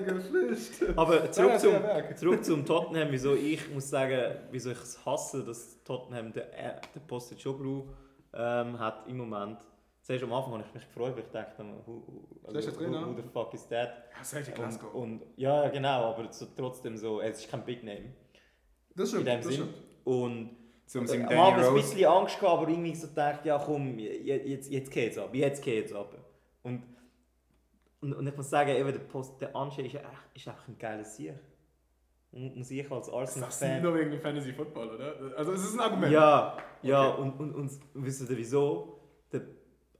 A: Schweigepflicht.
B: Aber
A: Ja,
B: zurück
A: das ist
B: zum,
A: ja Werk.
B: zurück zum Tottenham, wieso ich muss sagen, wieso ich es hasse, dass Tottenham den, äh, den Posted Joblu ähm, hat im Moment. Zuerst am Anfang habe ich mich gefreut, weil ich dachte, who, who,
A: Schlechter Trainer.
B: who, who the fuck is that?
A: Das ist halt
B: Und, und, ja, ja, genau, aber so, trotzdem so, es ist kein Big Name.
A: Das
B: In
A: stimmt,
B: dem
A: das
B: Sinn.
A: stimmt.
E: Um
B: Und
C: Zum
B: äh,
C: St.
B: am
C: Danny
B: Anfang ein
C: Rose.
B: bisschen Angst gehabt, aber irgendwie so gedacht, ja komm, je- jetzt, jetzt geht's ab, jetzt geht's ab. Und, und, und ich muss sagen, eben der, Post, der Anche ist, echt- ist einfach ein geiler Sieg. Und muss ich
A: Das
B: als
A: ist
B: Arsenal-Fan...
A: nur wegen dem Fantasy Football, oder? Also es ist ein Argument.
B: Ja, ja,
A: Okay.
B: und, und, und wisst ihr wieso? Der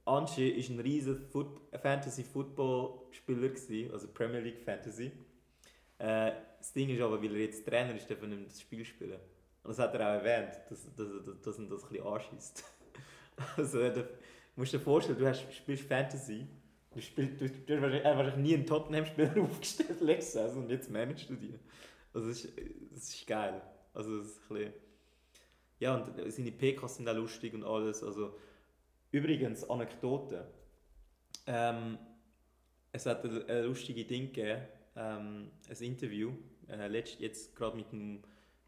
B: Anche ist ein riesen Foot Fantasy-Football-Spieler gewesen, also Premier League Fantasy. Äh, das Ding ist aber, weil er jetzt Trainer ist, darf er nicht mehr das Spiel spielen. Und das hat er auch erwähnt, dass, dass, dass, dass ihn das ein bisschen anschießt. Also, er darf- du musst dir vorstellen, du hast, spielst Fantasy. Du, spielst, du, du hast wahrscheinlich- er hat wahrscheinlich nie einen Tottenham-Spieler aufgestellt letzte Saison und jetzt managst du die. Also, das ist, das ist geil. Also, das ist ein bisschen... Ja, und seine PKs sind auch lustig und alles. Also, übrigens, Anekdote. Ähm, es hat ein, ein lustiges Ding gegeben, ähm, ein Interview, äh, letzt, jetzt gerade mit dem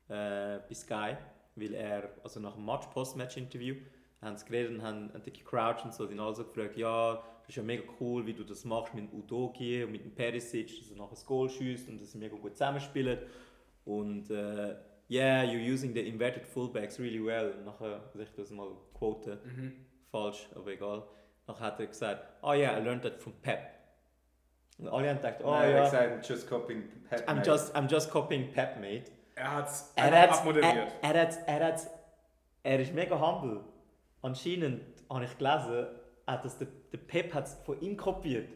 B: äh, bei Sky, weil er, also nach dem Match, Post-Match-Interview, haben sie geredet und haben haben Dicky Crouch und so, den alle so gefragt, ja, das ist ja mega cool, wie du das machst mit dem Udogi und mit dem Perisic, dass er nachher das Goal schießt und dass sie mega gut zusammenspielen. Und äh, yeah, you're using the inverted fullbacks really well. Und nachher, also ich das mal quote, falsch, aber egal. Nachher hat er gesagt, oh yeah, I learned that from Pep. Und alle haben gedacht, oh
C: Nein, er
B: ja,
C: hat gesagt, just copying Pep.
B: I'm
C: mate.
B: just, I'm just copying Pep, mate.
A: Er hat es
B: Er hat,
A: abmoderiert.
B: er, er hat, er hat, er ist mega humble. Anscheinend habe ich gelesen, hat das der, der Pep hat es von ihm kopiert,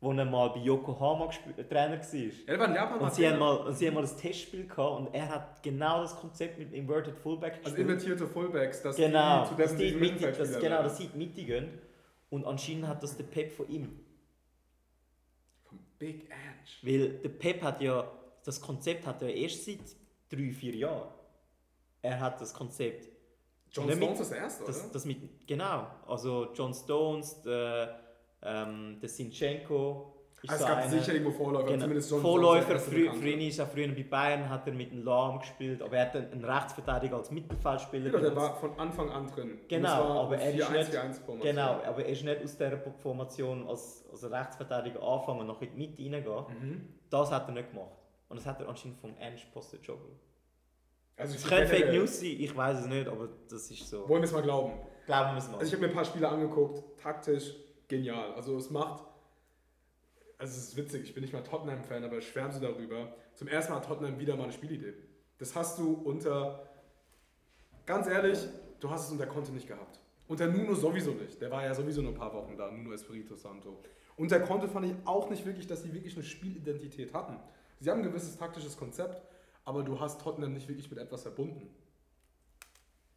B: wo er mal bei Yokohama gesp- Trainer war.
A: Er war in Japan
B: Und
A: hat
B: sie,
A: er-
B: haben mal, und sie haben mal das Testspiel gehabt und er hat genau das Konzept mit Inverted Fullback
A: Also
B: gespielt.
A: invertierte Fullbacks, dass
B: genau,
A: die zu
B: dass die
A: defensiven
B: Mitte, dass,
A: Mittelfeldspieler
B: genau,
A: werden.
B: dass sie in die Mitte gehen. Und anscheinend hat das der Pep von ihm.
A: Vom Big Ange.
B: Weil der Pep hat ja, das Konzept hat er erst seit drei, vier Jahren. Er hat das Konzept
A: John
B: Nämlich-
A: Stones ist der Erste,
B: Das,
A: oder?
B: das mit, genau, also John Stones, der, ähm, der Sinchenko. ist
A: Also
B: so
A: es gab
B: einer-
A: sicher irgendwo Vorläufer,
B: genau,
A: zumindest John
B: Vorläufer,
A: Stones ist der
B: früher,
A: Erste
B: früher,
A: Bekannte.
B: ist er früher bei Bayern, hat er mit dem Lahm gespielt, aber er hat einen einen Rechtsverteidiger als Mittelfeldspieler.
A: Ja, Genau, der
B: benutzt.
A: war von Anfang an drin. Und es
B: genau,
A: war
B: aber er ist
A: 4-1,
B: nicht,
A: 4-1-Formation.
B: genau, aber er ist nicht aus dieser Formation als, als Rechtsverteidiger anfangen und noch in die Mitte reingehen.
A: Mhm.
B: Das hat er nicht gemacht. Und das hat er anscheinend vom Ernst Postejoglu.
A: Also
B: Es
A: ich
B: könnte Fake
A: generell-
B: News sein, ich weiß es nicht, aber das ist so.
A: Wollen wir es mal glauben.
B: Glauben wir es mal.
A: Also ich habe mir ein paar Spiele angeguckt, taktisch genial. Also es macht, also es ist witzig, ich bin nicht mal Tottenham-Fan, aber ich schwärme so darüber. Zum ersten Mal hat Tottenham wieder mal eine Spielidee. Das hast du unter, ganz ehrlich, du hast es unter Conte nicht gehabt. Unter Nuno sowieso nicht. Der war ja sowieso nur ein paar Wochen da, Nuno Espirito Santo. Unter Conte fand ich auch nicht wirklich, dass sie wirklich eine Spielidentität hatten. Sie haben ein gewisses taktisches Konzept, aber du hast Tottenham nicht wirklich mit etwas verbunden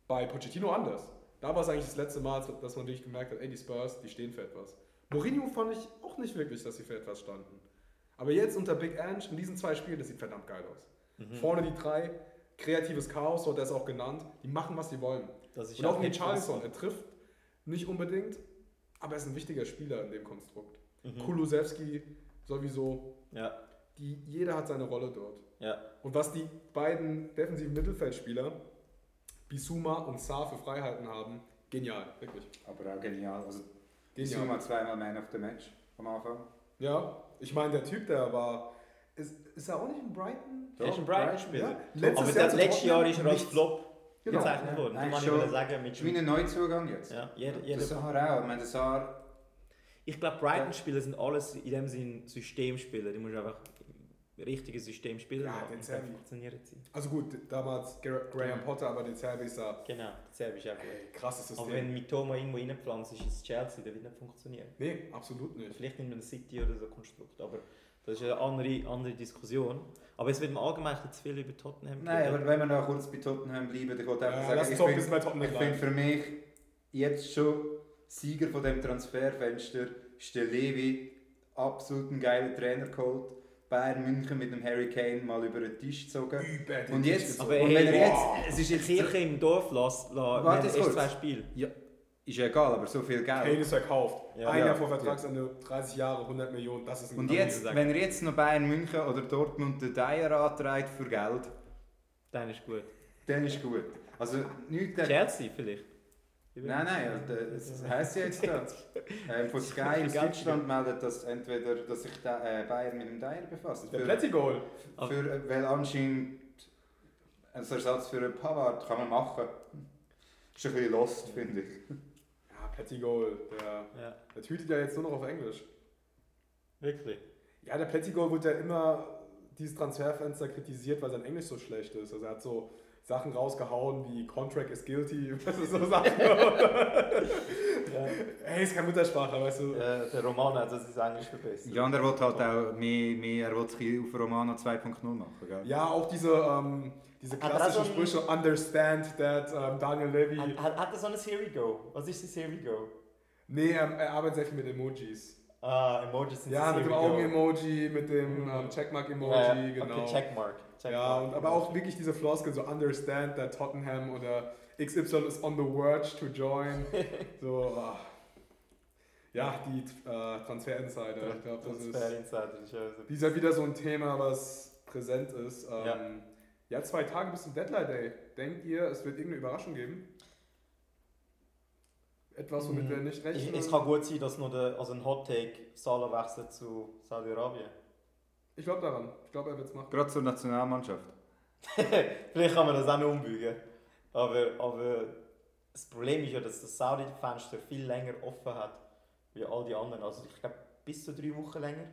A: bei Pochettino anders. Da war es eigentlich das letzte Mal, dass man wirklich gemerkt hat, ey, die Spurs, die stehen für etwas. Mourinho fand ich auch nicht wirklich, dass sie für etwas standen. Aber jetzt unter Big Ange, in diesen zwei Spielen, das sieht verdammt geil aus. Vorne die drei, kreatives Chaos, so hat er es auch genannt, die machen, was sie wollen.
B: Das ist
A: Und auch
B: auch
A: mit
B: nicht
A: Charlison,
B: was-
A: er trifft nicht unbedingt, aber er ist ein wichtiger Spieler in dem Konstrukt. Kulusewski sowieso,
B: ja.
A: die, jeder hat seine Rolle dort.
B: Ja,
A: Und was die beiden defensiven Mittelfeldspieler, Bisuma und Saar, für Freiheiten haben, genial, wirklich.
C: Aber auch genial. Also, ich
A: Genial.
C: mal zweimal Man of the Match am Anfang.
A: Ja, ich meine, der Typ, der war. Ist, ist er auch nicht in Brighton?
B: er ist ein Brighton-Spieler.
A: Ja, letztes
B: aber
A: Jahr
B: das
A: zu
B: letzte Jahr
A: Tottenham
B: ist er als
A: nichts.
B: Flop
A: Genau.
B: gezeichnet worden. Das
C: Nein,
B: kann ich
C: schon.
B: wieder sagen. Mit
C: Ist
A: Mhm.
C: mein Neuzugang jetzt.
B: ja, jeder,
C: Der
B: jeder.
C: Sahar auch. Ich meine, der Sahar,
B: Ich glaube, Brighton-Spieler sind alles in dem Sinn Systemspieler. Die musst einfach im richtigen System spielen.
A: Ja,
B: machen
A: den
B: und
A: Serbi.
B: dann funktionieren sie.
A: Also gut, damals Gra- Graham Potter, aber die Zerbi ist da.
B: Genau, der Serbi ist auch gut.
A: Ey, krasses
B: Aber wenn
A: System.
B: Mitoma irgendwo reinpflanzt, ist es Chelsea, der wird nicht funktionieren.
A: Nee, absolut nicht.
B: Vielleicht in einem City oder so Konstrukt, aber das ist eine andere, andere Diskussion. Aber es wird mir allgemein ein bisschen zu viel über Tottenham
C: nein,
B: geredet.
C: aber wenn wir noch kurz bei Tottenham bleiben, ich wollte
A: Ja,
C: einfach
A: lass
C: sagen,
A: uns doch ein
C: ich
A: bisschen bei Tottenham
C: finde find für mich jetzt schon Sieger von dem Transferfenster ist der Levi absolut ein geiler Trainer geholt. Bayern München mit dem Harry Kane mal über den Tisch gezogen.
A: Über den
C: und
A: Tisch
C: jetzt,
B: Aber
C: und wenn er
B: hey,
C: jetzt,
B: wow.
C: es ist jetzt,
B: Kirche im Dorf lassen, lassen
C: Warte
B: wir haben erst
C: kurz.
B: zwei Spiele.
C: ja, ist ja egal, aber so viel Geld.
A: Kane ist verkauft.
B: Ja.
A: Ein
C: Ja.
A: Jahr vor Vertragsende, 30 Jahre, 100 Millionen, das ist ein
C: Und
A: guter
C: jetzt,
A: Deal.
C: wenn er jetzt noch Bayern München oder Dortmund den Dyer antreibt für Geld,
B: Dann ist gut.
C: dann ist gut. Also nichts gegen...
B: Chelsea vielleicht? Ich
C: Nein, nein, also, das heisst ja jetzt da. Ähm, von Sky in
B: Ganz
C: Deutschland meldet, dass entweder dass sich der, äh, Bayern mit dem Dyer befasst.
A: der
C: Für-
A: Plättigol.
C: Für, weil anscheinend ein Ersatz für einen Pavard kann man machen. Ist ein bisschen lost, finde ich.
A: Ja, Plättigol, der,
B: Ja,
A: der tweetet ja jetzt nur noch auf Englisch.
B: wirklich.
A: Ja, der Plättigol wird ja immer dieses Transferfenster kritisiert, weil sein Englisch so schlecht ist. Also er hat so Sachen rausgehauen wie Contract is guilty, was ist so Sachen. Ey, ist keine Muttersprache, weißt du.
B: Äh, der Roman hat das eigentlich verbessert.
C: Ja, und er will halt auch mehr, mehr er will sich auf Romano 2.0 machen, gell?
A: Ja, auch diese, ähm, diese
B: Aber das
A: klassischen
B: ist-
A: Sprüche, understand that ähm, Daniel Levy.
B: Hat, hat er so ein Here We Go? Was ist das Here We Go?
A: Nee, ähm, er arbeitet sehr viel mit Emojis.
B: Ah, Emojis sind
A: Ja,
B: das
A: mit dem
B: Here We Go.
A: Augen-Emoji, mit dem ähm, Checkmark-Emoji,
B: Mhm. Ja, ja.
A: genau.
B: Okay, Checkmark. Checkmark.
A: Ja, und aber auch wirklich diese Floskeln, so understand that Tottenham oder XY is on the verge to join. so, ah. ja, die äh, Transfer-Insider, ich glaube, das
B: Fair
A: ist,
B: Insider, ich höre so.
A: die ist ja wieder so ein Thema, was präsent ist. Ähm,
B: Ja.
A: ja. zwei Tage bis zum Deadline Day. Denkt ihr, es wird irgendeine Überraschung geben? Etwas, womit wir nicht
B: Hm, Ich-
A: rechnen?
B: Es kann gut sein, dass noch der, also ein Hot Take Salah wechselt zu Saudi-Arabien.
A: ich glaube daran. Ich glaube, er wird es machen.
C: Gerade zur Nationalmannschaft.
B: Vielleicht kann man das auch noch umbügen. Aber, aber das Problem ist ja, dass das Saudi-Fenster viel länger offen hat wie all die anderen. Also ich glaube bis zu drei Wochen länger.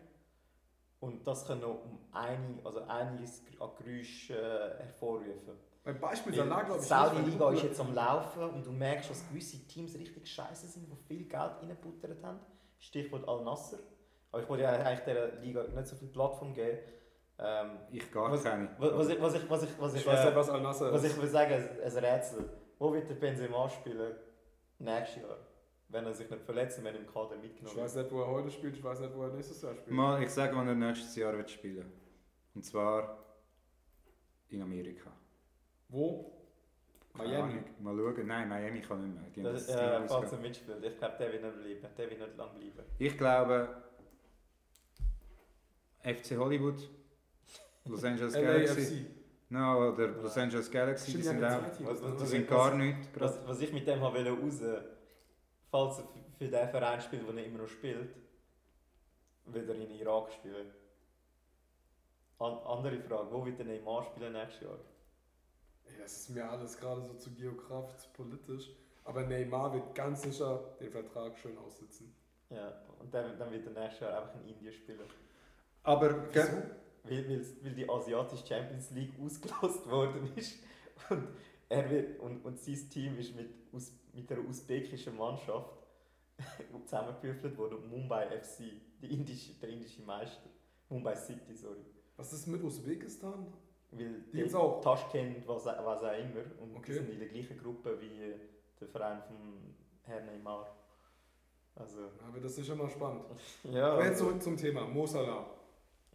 B: Und das kann noch um eine, also einiges an Geräusch äh, hervorrufen.
A: Ein Beispiel
B: Weil
A: Salah, glaube
B: die
A: ich.
B: Saudi-Liga ist jetzt am Laufen und du merkst, dass gewisse Teams richtig scheiße sind, die viel Geld reingebuttert haben. Stichwort Al-Nasser. Aber ich wollte ja eigentlich dieser Liga nicht so viel Plattform geben. Ähm,
C: Ich gar
B: was,
C: keine.
B: was, ich, was, ich, was, ich, was, ich,
A: Ich weiß
B: äh,
A: nicht, was Al-Nasser
B: was
A: ist.
B: ich will sagen, ein, ein Rätsel. Wo wird der Benzema spielen nächstes Jahr? Wenn er sich nicht verletzt und wenn er im Kader
A: Ich
B: mitgenommen
A: weiß
B: wird.
A: nicht, wo er heute spielt, ich weiß nicht, wo er nächstes Jahr spielt.
C: Mal, ich sage, wann er nächstes Jahr wird spielen Und zwar in Amerika.
A: Wo?
C: Keine
A: Miami.
C: Ahnung. Mal schauen. Nein, Miami kann nicht mehr. Die haben
B: Das,
C: das
B: äh,
C: Team
B: falls er
C: ausge-
B: mitspielt, ich glaube, der wird nicht bleiben. Der wird nicht lang bleiben.
C: ich glaube, FC Hollywood, Los Angeles Galaxy.
A: LAFC.
C: No, oder Los Angeles Galaxy, die
A: Stimmt, ja,
C: sind
A: gibt's zwei
C: auch.
A: Teams.
B: Was- was-
C: Die sind gar nichts. gerade.
B: Was, was ich mit dem habe wollte raus, falls er f- für den Verein spielt, den er immer noch spielt, will er in Irak spielen. An andere Frage, wo wird der Neymar spielen nächstes Jahr?
A: Ey, das ist mir alles gerade so zu geografisch, zu politisch. Aber Neymar wird ganz sicher den Vertrag schön aussitzen.
B: Ja, und dann, dann wird er nächstes Jahr einfach in Indien spielen.
C: Aber ge-
B: Weil, weil, weil die asiatische Champions League ausgelost worden ist. Und, er wird, und, und sein Team ist mit, Us, mit einer usbekischen Mannschaft zusammengewürfelt worden. und Mumbai FC, die indische, der indische Meister. Mumbai City, sorry.
A: Was ist mit Usbekistan?
B: Weil
A: Die gibt's auch.
B: Taschkent, was, auch- was auch immer. Und
A: Okay.
B: die sind in der gleichen Gruppe wie äh, der Verein von Herrn Neymar. Also,
A: Da wird das sicher mal spannend.
B: ja.
A: Aber jetzt
B: Also,
A: zurück zum Thema. Mo Salah.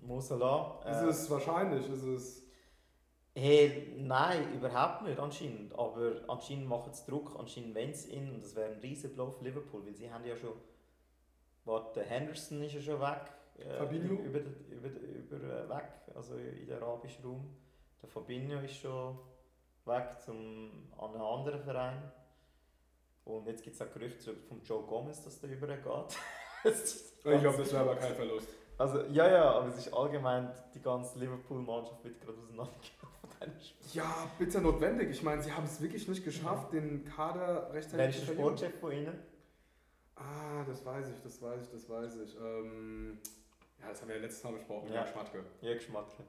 B: Mo Salah.
A: Ist
B: äh,
A: es wahrscheinlich? Ist es
B: Hey, nein, überhaupt nicht anscheinend. Aber anscheinend machen sie Druck, anscheinend wollen sie ihn. Und das wäre ein riesen Blow für Liverpool, weil sie haben ja schon... Warte, Henderson ist ja schon weg. äh,
A: Fabinho?
B: Über, den- über, den- über, äh, weg, also in den arabischen Raum. Der Fabinho ist schon weg zum, an einen anderen Verein. Und jetzt gibt es auch Gerüchte von Joe Gomez, dass der übergeht.
A: Oh, ich glaube, das wäre aber kein Verlust.
B: Also, ja, ja, aber es ist allgemein, die ganze Liverpool-Mannschaft wird gerade auseinandergenommen von einem Spiel.
A: Ja, bitte notwendig. Ich meine, sie haben es wirklich nicht geschafft, den Kader
B: Wer
A: rechtzeitig
B: ist der Sportchef von Ihnen?
A: Ah, das weiß ich, das weiß ich, das weiß ich. Ähm, ja, das haben wir ja letztes Mal besprochen,
B: Ja.
A: ja. Schmatke.
B: Jörg Schmatke.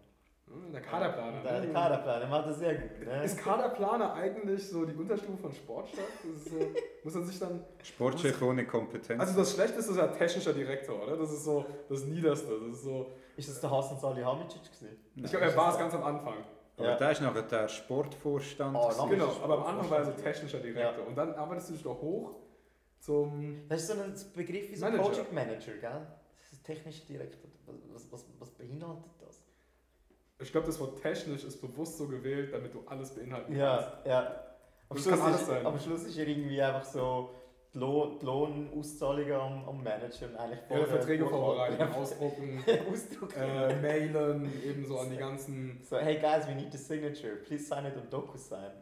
A: Hm, Der Kaderplaner.
B: Der
A: Hm.
B: Kaderplaner, der macht das sehr gut. Ne?
A: Ist Kaderplaner eigentlich so die Unterstufe von Sportchef? Das ist so, muss man sich dann.
C: Sportchef ohne Kompetenz.
A: Also das Schlechteste ist ja technischer Direktor, oder? Das ist so das Niederste. Das ist so.
B: Ist das der Hasan Salihamidzic gewesen?
A: Ich glaube, er war es ganz am Anfang.
C: Aber
B: Ja.
C: der ist nachher der Sportvorstand.
B: Oh,
C: gewesen.
B: noch-
A: Genau, aber am Anfang war er so technischer Direktor.
B: Ja.
A: Und dann arbeitest du dich doch hoch zum.
F: Das ist so ein Begriff wie so
A: Manager.
F: Project Manager, gell? Das ist ein technischer Direktor. Was, was, was beinhaltet das?
A: Ich glaube, das Wort technisch ist bewusst so gewählt, damit du alles beinhalten kannst.
F: ja. Am
A: Das
F: Schluss,
A: kann alles
F: ist,
A: sein.
F: am Schluss ist er irgendwie einfach so die, Lohn, die Lohnauszahlungen am, am Manager und eigentlich
A: Ja, Verträge
F: vorher-
A: vorbereiten, ausdrucken,
F: Ausdruck.
A: äh, mailen, ebenso an die ganzen
F: So, hey guys, we need the signature. Please sign it on DocuSign.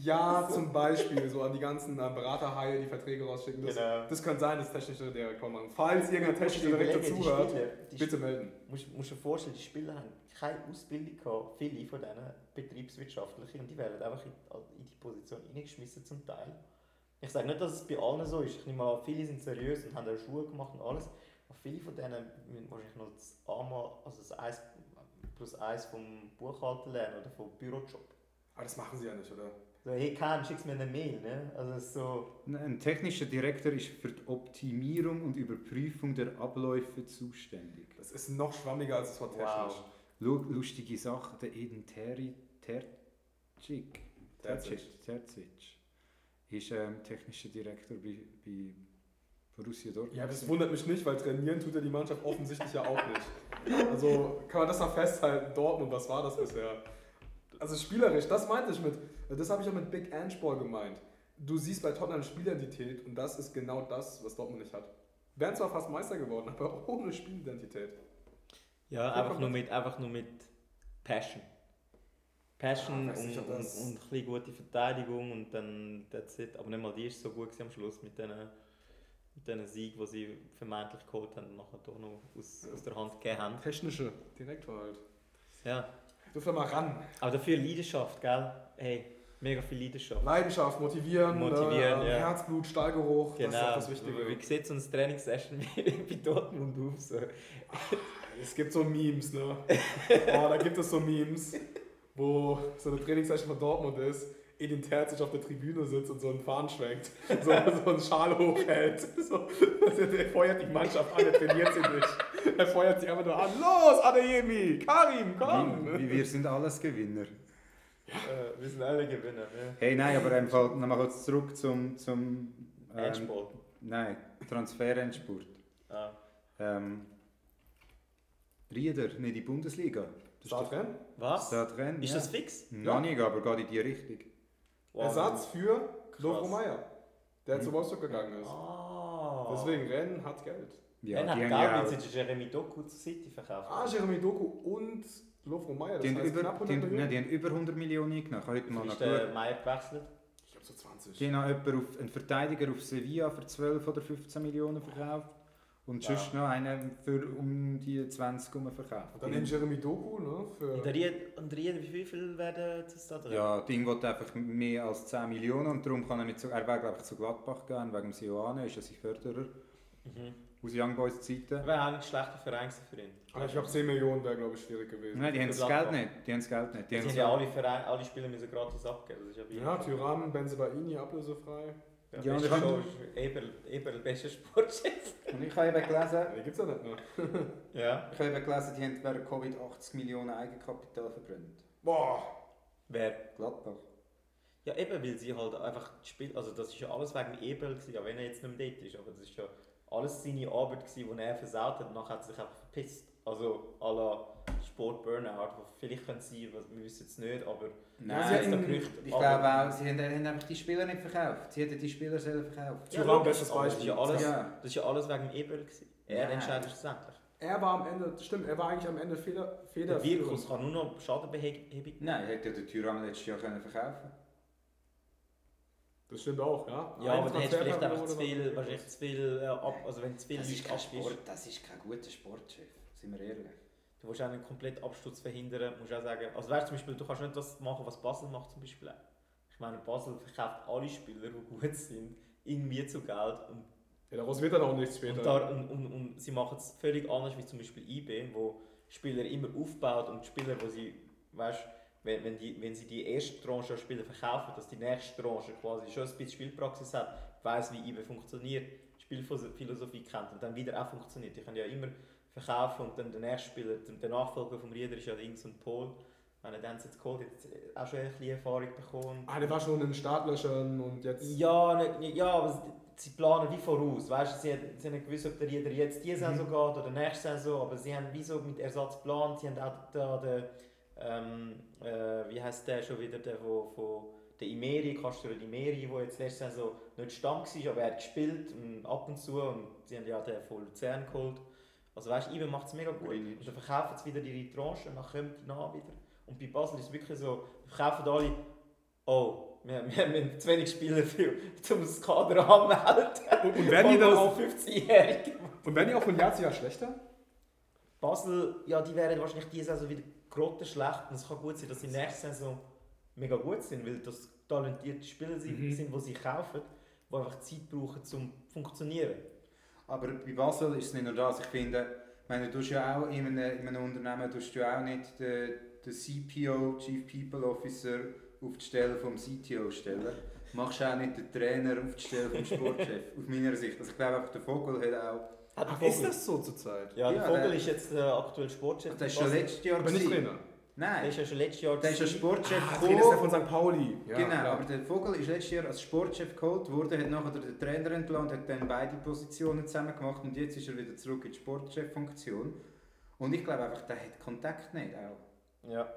A: Ja, zum Beispiel, so an die ganzen äh, Beraterhaie, die Verträge rausschicken. Das,
F: Genau.
A: das kann sein, dass technische Direktor machen. Falls irgendein
F: Musst du
A: technischer Direktor
F: überlegen, die
A: zuhört,
F: Spieler- die
A: bitte melden.
F: musst, musst dir vorstellen, die Spieler haben keine Ausbildung gehabt, viele von denen betriebswirtschaftliche und die werden einfach in, in die Position reingeschmissen zum Teil. Ich sage nicht, dass es bei allen so ist. Ich nehme an, viele sind seriös und haben ihre Schule gemacht und alles. Aber viele von denen müssen wahrscheinlich noch das AMA, also das 1 plus 1 vom Buchhalter lernen oder vom Bürojob.
A: Aber das machen sie ja nicht, oder?
F: So, hey Kahn, schick's mir eine Mail, ne? Also es ist so,
C: Ein technischer Direktor ist für die Optimierung und Überprüfung der Abläufe zuständig.
A: Das ist noch schwammiger als das Wort
F: Wow.
A: technisch.
C: Lu- Lustige Sache, der Eden Terry Terzic.
A: Terzic.
C: Terzic. Terzic. Ist ähm, technischer Direktor bei, bei Borussia Dortmund.
A: Ja, das wundert mich nicht, weil trainieren tut ja die Mannschaft offensichtlich ja auch nicht. Also kann man das mal festhalten, Dortmund, was war das bisher? Also spielerisch, das meinte ich mit, das habe ich auch mit Big Anspor gemeint. Du siehst bei Tottenham Spielidentität und das ist genau das, was Dortmund nicht hat. Wären zwar fast Meister geworden, aber ohne Spielidentität.
B: Ja, einfach nur, mit, einfach nur mit Passion. Passion
A: Ah, ich weiß nicht,
B: und,
A: ob
B: und,
A: das-
B: und ein bisschen gute Verteidigung und dann that's it. Aber nicht mal die ist so gut gewesen am Schluss mit diesen mit diesen Sieg, die sie vermeintlich geholt haben und nachher doch noch aus, aus der Hand gegeben haben.
A: Technische Direktor halt.
B: Ja.
A: Dürfen wir mal ran.
B: Aber dafür Leidenschaft, gell? Hey, mega viel Leidenschaft.
A: Leidenschaft, motivieren,
B: Motivieren,
A: äh,
B: ja.
A: Herzblut, Stahlgeruch,
B: Genau.
A: das ist auch das Wichtige.
B: Wie sieht so eine Trainingssession bei Dortmund auf? So?
A: Es gibt so Memes, ne? Oh, da gibt es so Memes, wo so eine Trainingssession von Dortmund ist, Edin Terzic auf der Tribüne sitzt und so einen Fahnen schwenkt, so, so einen Schal hochhält. So, also er feuert die Mannschaft an, er trainiert sie nicht. Er feuert sie einfach nur an. Los, Adeyemi, Karim, komm!
C: Wie, wie wir sind alles Gewinner.
F: äh, wir sind alle Gewinner, ne?
C: Hey, nein, aber im Fall, nochmal kurz zurück zum, zum ähm,
B: Endsport.
C: nein, Transferendspurt.
B: Ah.
C: Ähm, Rieder, nicht die Bundesliga.
A: Das war drin.
B: Was?
C: Da drin,
B: Ist
C: ja.
B: das fix?
C: Noch nicht, aber geht in die Richtung.
B: Wow.
A: Ersatz für Lovro
B: Krass.
A: Meier,
C: Hm.
A: der zu Wolfsburg gegangen ist.
F: Ah.
A: Deswegen, Rennen hat Geld.
C: Ja,
F: Dann hat
C: die haben
F: Gabriel
C: ja auch,
F: jetzt Jeremy Doku zu City verkauft.
A: Ah, Jeremy Doku und Lovro Meier, das
C: die haben
A: heißt
C: über, ne,
A: knapp
C: die
A: 100
C: haben, nein,
A: Millionen.
C: die haben über 100 Millionen eingenommen. Heute mal
F: Wie
C: noch
F: ist
C: geschaut.
F: der
B: eh,
F: Meier gewechselt?
A: Ich habe so 20.
C: Die haben noch jemanden auf, einen Verteidiger auf Sevilla für 12 oder 15 Millionen verkauft. Und
F: Wow.
C: sonst noch einen für um die 20 herum verkauft.
A: Und dann den Jeremy Doku, ne? Für
B: Und Ried, und Ried, wie viel- viel werden das da drin?
C: ja, Ding wollte einfach mehr als 10 Millionen und darum kann er nicht zu, er wäre glaube ich zu Gladbach gehen, wegen dem Sioane, ist ja sein Förderer
B: Mhm.
C: aus Young Boys Zeiten.
B: Wäre eigentlich ein schlechter Verein gewesen für ihn.
A: Ah, ich glaube, 10 Millionen wäre, glaube ich, schwierig gewesen.
C: Nein, die haben das
B: Gladbach.
C: Geld nicht, die haben das Geld nicht. Die
B: Dus Die
C: haben
B: sind ja alle, Vereine, alle Spieler müssen gratis abgeben. Das ist ja wie.
A: Ja, Tyrann, Benzebaini, ablösefrei.
B: Ja, dus
C: Ja, und
B: beste
C: ich hab-
B: Show ist Eberl, Eberl, beste Sportchef.
C: und ich habe eben gelesen,
A: Die gibt's ja nicht mehr.
B: Ja.
C: ich habe eben gelesen, die haben während Covid 80 Millionen Eigenkapital verbrannt.
A: Boah!
B: Wer?
C: Gladbach.
B: Ja, eben, weil sie halt einfach das Spiel. Also, das ist ja alles wegen Eberl, gewesen, auch wenn er jetzt nicht mehr dort ist. Aber das ist ja alles seine Arbeit, gewesen, die er versaut hat. Und nachher hat er sich einfach verpisst. Also, à la Sport-Burnout. wo Vielleicht können sie, was- wir wissen es nicht, aber.
C: Nein,
B: sie hat
E: in-
B: doch Gerüchte,
E: Ich
B: aber-
E: glaube auch, sie haben, haben einfach die Spieler nicht verkauft. Sie hätten die Spieler selber verkauft.
A: Thuram,
B: logisch,
A: bestes
B: aber
A: Beispiel.
B: Das ist ja alles,
C: Ja.
B: das ist ja alles wegen Eberl. gewesen. Er
E: Ja.
B: entscheidet schlussendlich.
A: Er war am Ende, stimmt, er war eigentlich am Ende Feder,
B: Der Virkus
A: federführend.
B: kann nur noch Schadenbehebung.
C: Nein, hätte ja der Tyrann letztes Jahr können verkaufen
A: Das stimmt auch, ja.
B: Ja,
A: Ein
B: aber dann hättest du vielleicht
A: Transfer-
B: einfach zu viel, wahrscheinlich zu viel äh, ab, also wenn zu viel
C: Das ist
B: Leute
C: kein
B: abfischt.
C: Sport, das ist kein guter Sportchef, sind wir ehrlich.
B: Du willst auch einen kompletten Absturz verhindern, musst auch sagen, also weißt du zum Beispiel, du kannst nicht das machen, was Basel macht zum Beispiel. auch. Ich meine, Basel verkauft alle Spieler, die gut sind, irgendwie zu Geld und,
A: Ja, daraus wird dann auch nichts später.
B: und, da, und, und, und sie machen es völlig anders wie zum Beispiel IB, wo Spieler immer aufbaut und die Spieler, wo sie, weißt wenn, wenn, die, wenn sie die erste Tranche an Spieler verkaufen, dass die nächste Tranche quasi schon ein bisschen Spielpraxis hat, weiß wie IBE funktioniert, Spielphilosophie kennt und dann wieder auch funktioniert. Die können ja immer verkaufen und dann der nächste Spieler, der der Nachfolger vom Rieder ist ja links und Pol, meine, der jetzt geholt, jetzt auch schon ein bisschen Erfahrung bekommen.
A: Ah, der war schon in den Startlöchern und jetzt.
B: Ja, nicht- nicht, ja, aber sie- sie planen wie voraus. Weißt, sie, haben- sie haben nicht gewusst, ob der jeder jetzt diese Saison geht oder nächste Saison, aber sie haben wie so mit Ersatz geplant. Sie haben auch da den, ähm, äh, wie heißt der schon wieder, der von, von der Imeri, Castro de Imeri, der jetzt letzte Saison nicht Stamm war, aber er hat gespielt und ab und zu und sie haben ja den von Luzern geholt. Also weißt, Ibe macht es mega gut.
C: Greenwich.
B: Und dann verkaufen sie wieder ihre Tranche und dann kommt die nah wieder. Und bei Basel ist es wirklich so, verkaufen alle Oh, wir, wir haben zu wenig Spieler, für, um das Kader anmelden.
A: Und wenn die das-
B: Auch 15-Jährige.
A: Und werden die auch von Jahr zu Jahr schlechter?
B: Basel, ja, die wären wahrscheinlich diese Saison wieder grottenschlecht. Und es kann gut sein, dass sie nächste Saison mega gut sind, weil das talentierte Spieler sind,
A: Mhm.
B: sind, die sie kaufen, die einfach Zeit brauchen, um zu funktionieren.
C: Aber bei Basel ist es nicht nur das. Ich finde, ich meine, du hast ja auch in einem, in einem Unternehmen tust du ja auch nicht den, den CPO, Chief People Officer, auf die Stelle vom CTO stellen. Machst auch nicht den Trainer auf die Stelle vom Sportchef, aus meiner Sicht. Also ich glaube einfach, der Vogel hat auch...
B: Hat der
A: ist
B: Vogel-
A: das so zurzeit?
B: Ja, der
C: Ja,
B: Vogel
C: der-
B: ist jetzt äh, aktuell Sportchef.
C: Das war
B: bei
C: schon
B: Basel.
C: letztes Jahr.
A: Aber nicht
C: gewesen.
A: Trainer.
B: Der
C: Nein,
B: ist ja schon letztes Jahr.
C: der ist als
B: gewesen.
C: Sportchef
A: Ah, Trainer ist der
C: gekommen.
A: von St. Pauli. Ja,
C: genau,
A: klar.
C: aber der Vogel ist letztes Jahr als Sportchef geholt worden, hat nachher den Trainer entlassen und hat dann beide Positionen zusammen gemacht und jetzt ist er wieder zurück in die Sportchef-Funktion. Und ich glaube einfach, der hat Kontakt nicht auch.
B: Ja.